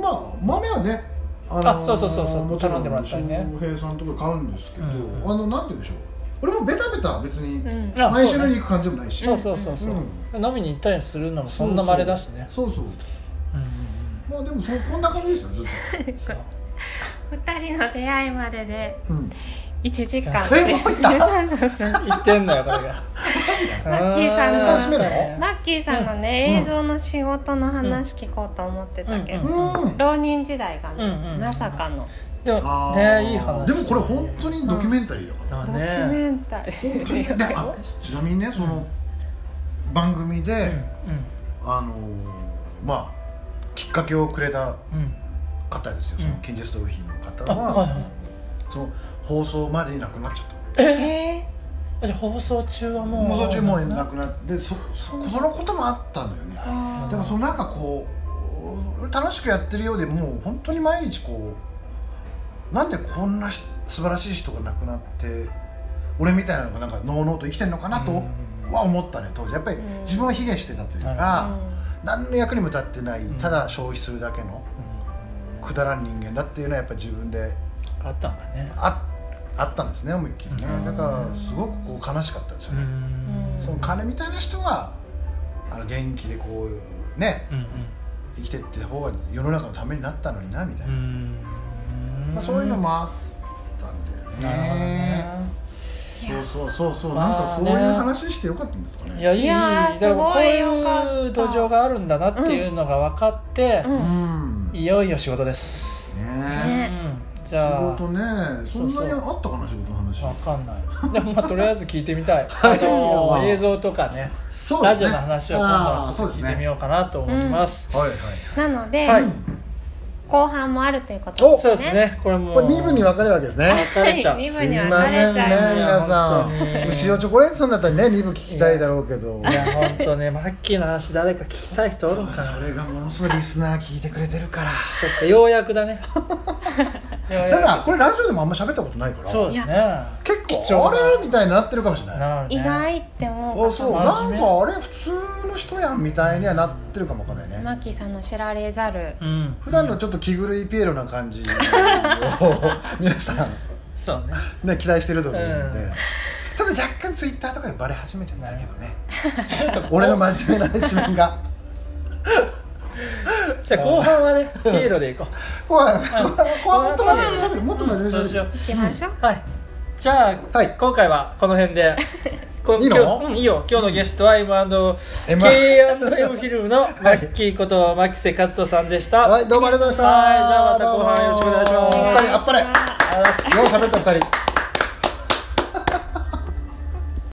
Speaker 3: まあ豆はねあ
Speaker 1: あそうそうそうそう
Speaker 3: もちろ
Speaker 1: 頼んでもらったりね
Speaker 3: 翔平さんとか買うんですけど、
Speaker 1: うん
Speaker 3: あのなんて言うんでしょう俺もベタベタ別に
Speaker 2: うん
Speaker 1: あ
Speaker 3: 毎週のように
Speaker 1: そうね
Speaker 3: 行く感じでもないし
Speaker 1: そうそうそうそう飲みに行ったりするのもそんな稀だしね
Speaker 3: そうそ
Speaker 1: うん
Speaker 3: う
Speaker 1: うん
Speaker 3: まあでもそうこんな感じですよずっ
Speaker 1: うんそう
Speaker 2: 二人の出会いまでで
Speaker 3: と、うん、
Speaker 2: 一時間
Speaker 3: えもう行った
Speaker 2: そ うそうそう
Speaker 1: 言ってんのよこれ が
Speaker 2: マッキーさんの
Speaker 1: あ
Speaker 3: 閉める
Speaker 2: マッキーさんのね、
Speaker 3: うん
Speaker 2: 映像の仕事の話聞こうと思ってたけど、
Speaker 1: うん
Speaker 3: うん
Speaker 2: 浪人時代がね、
Speaker 1: うんうん
Speaker 2: まさかの
Speaker 1: で
Speaker 3: あ
Speaker 1: も
Speaker 3: ー
Speaker 1: ねいい話
Speaker 3: でもこれ本当にドキュメンタリーだか
Speaker 1: だ
Speaker 3: ら、
Speaker 2: ドキュ
Speaker 1: ね
Speaker 2: メンタリー、
Speaker 3: 本当にであちなみにねその番組で、あのーまあきっかけをくれ
Speaker 1: うん
Speaker 3: た
Speaker 1: うん
Speaker 3: 方ですよ、
Speaker 1: うん
Speaker 3: その近日逃避の方
Speaker 1: あ
Speaker 3: は、
Speaker 1: はいはい
Speaker 3: その放送までに亡くなっちゃった
Speaker 2: え
Speaker 1: あじゃあ放送中はもう
Speaker 3: 放送中もうなくなってそそそのこともあったのよ
Speaker 2: ー、
Speaker 3: ねだ
Speaker 2: あ
Speaker 3: からそのなんかこう楽しくやってるようでもう本当に毎日こうなんでこんなし素晴らしい人が亡くなって俺みたいなのがなんかのうのうと生きてるのかなと
Speaker 1: うん
Speaker 3: は思ったね当時やっぱり
Speaker 2: うん
Speaker 3: 自分を卑下してたという
Speaker 2: ー
Speaker 3: か、
Speaker 2: うん
Speaker 3: 何の役にも立ってない
Speaker 1: ん
Speaker 3: ただ消費するだけのくだらん人間だっていうのはやっぱ自分で
Speaker 1: うんあったんだね
Speaker 3: ああったんですね思いっきりね
Speaker 1: うん
Speaker 3: だからすごくこう悲しかったですよね、
Speaker 2: ん
Speaker 3: その金みたいな人はあの元気でこうね
Speaker 1: うん
Speaker 3: 生きてって方が世の中のためになったのになみたい
Speaker 1: うんう
Speaker 3: な、
Speaker 1: ん
Speaker 3: まあ、そういうのもあったんだよね
Speaker 1: なるほどね
Speaker 3: そうそうそうそう、
Speaker 1: まあ
Speaker 3: なんかそういう話してよかったんですかね
Speaker 1: いやいい
Speaker 2: いやー
Speaker 1: だから
Speaker 2: すごいよかった
Speaker 1: こういう土壌があるんだなっていうのが分かって
Speaker 2: うん
Speaker 3: うんね
Speaker 1: いよいよ仕事ですう
Speaker 3: え
Speaker 2: ね
Speaker 1: んじ
Speaker 3: 仕
Speaker 1: ゃあ
Speaker 3: 事ねそんなにあったかな仕事の話
Speaker 1: わかんないでもまあとりあえず聞いてみたいあの
Speaker 3: いやまあ
Speaker 1: ー映像とかね
Speaker 3: そう
Speaker 1: ラジ
Speaker 3: です
Speaker 1: オ
Speaker 3: ね
Speaker 1: の話を今度
Speaker 3: あ
Speaker 1: は
Speaker 3: ー
Speaker 1: ちょ
Speaker 3: そう
Speaker 1: っ
Speaker 3: で
Speaker 1: と聞
Speaker 3: す
Speaker 1: いてみ
Speaker 3: ね
Speaker 1: ようかなと思います
Speaker 3: はいはい
Speaker 2: なので、
Speaker 1: はい
Speaker 2: 後半もあるということです
Speaker 1: そ
Speaker 2: ね
Speaker 1: うですねこれも
Speaker 3: これ二分に分かれるわけですね
Speaker 1: 分かれちゃう
Speaker 2: はい二
Speaker 3: す
Speaker 2: 部に
Speaker 3: い
Speaker 2: は
Speaker 3: ま
Speaker 2: 慣
Speaker 3: せ
Speaker 2: れ
Speaker 3: ん
Speaker 2: ち
Speaker 3: ね
Speaker 2: ゃう
Speaker 3: 皆さ
Speaker 1: いや本当
Speaker 3: ん
Speaker 1: に
Speaker 3: 牛尾チョコレートさんだったらね二部聞きたいだろうけど
Speaker 1: いや本当ねマッキーの話誰か聞きたい人おるんかな
Speaker 3: それがものすごいリスナー聞いてくれてるから
Speaker 1: そっかようやくだ ねようやく
Speaker 3: ただこれラジオでもあんま喋ったことないから
Speaker 1: そうです
Speaker 2: い
Speaker 1: ね
Speaker 3: 結
Speaker 1: 貴重
Speaker 3: 構あ
Speaker 1: な
Speaker 3: れみたいになってるかもしれないあ
Speaker 1: なるね
Speaker 2: 意外って思う方
Speaker 3: そう
Speaker 2: も
Speaker 3: な
Speaker 1: 真
Speaker 3: ん
Speaker 1: 面目
Speaker 3: かあれ普通の人やんみたいにはなってるかもわかんない
Speaker 2: マ
Speaker 3: ね
Speaker 2: ッキーさんの知られざる
Speaker 1: うん
Speaker 3: 普段のちょっと気狂いピエロな感じを皆さん
Speaker 1: そうね
Speaker 3: ね期待してると思うの
Speaker 1: う
Speaker 3: で
Speaker 1: ん
Speaker 3: ただ若干ツイッターとかでバレ始めてんだけどね
Speaker 1: ちょっと
Speaker 3: 俺の真面目な一面が
Speaker 1: じゃあ後半はねヒーローでいこう
Speaker 3: 怖い怖いもっと真面目に 喋るもっと真面目に
Speaker 1: そうし
Speaker 3: 喋
Speaker 1: よ
Speaker 3: る
Speaker 2: いきましょう、
Speaker 1: うはいじゃあ、
Speaker 3: はい
Speaker 1: 今回はこの辺でこ
Speaker 3: いいの
Speaker 1: 今日うんいいよ今日のゲストは
Speaker 3: M
Speaker 1: M&K&M フィルム のマッキーこと牧瀬勝人さんでした、
Speaker 3: はいどうもありがとうございました
Speaker 1: はいじゃあまた後半よろしくお願いします
Speaker 3: どうも二人あっぱれよう喋った二人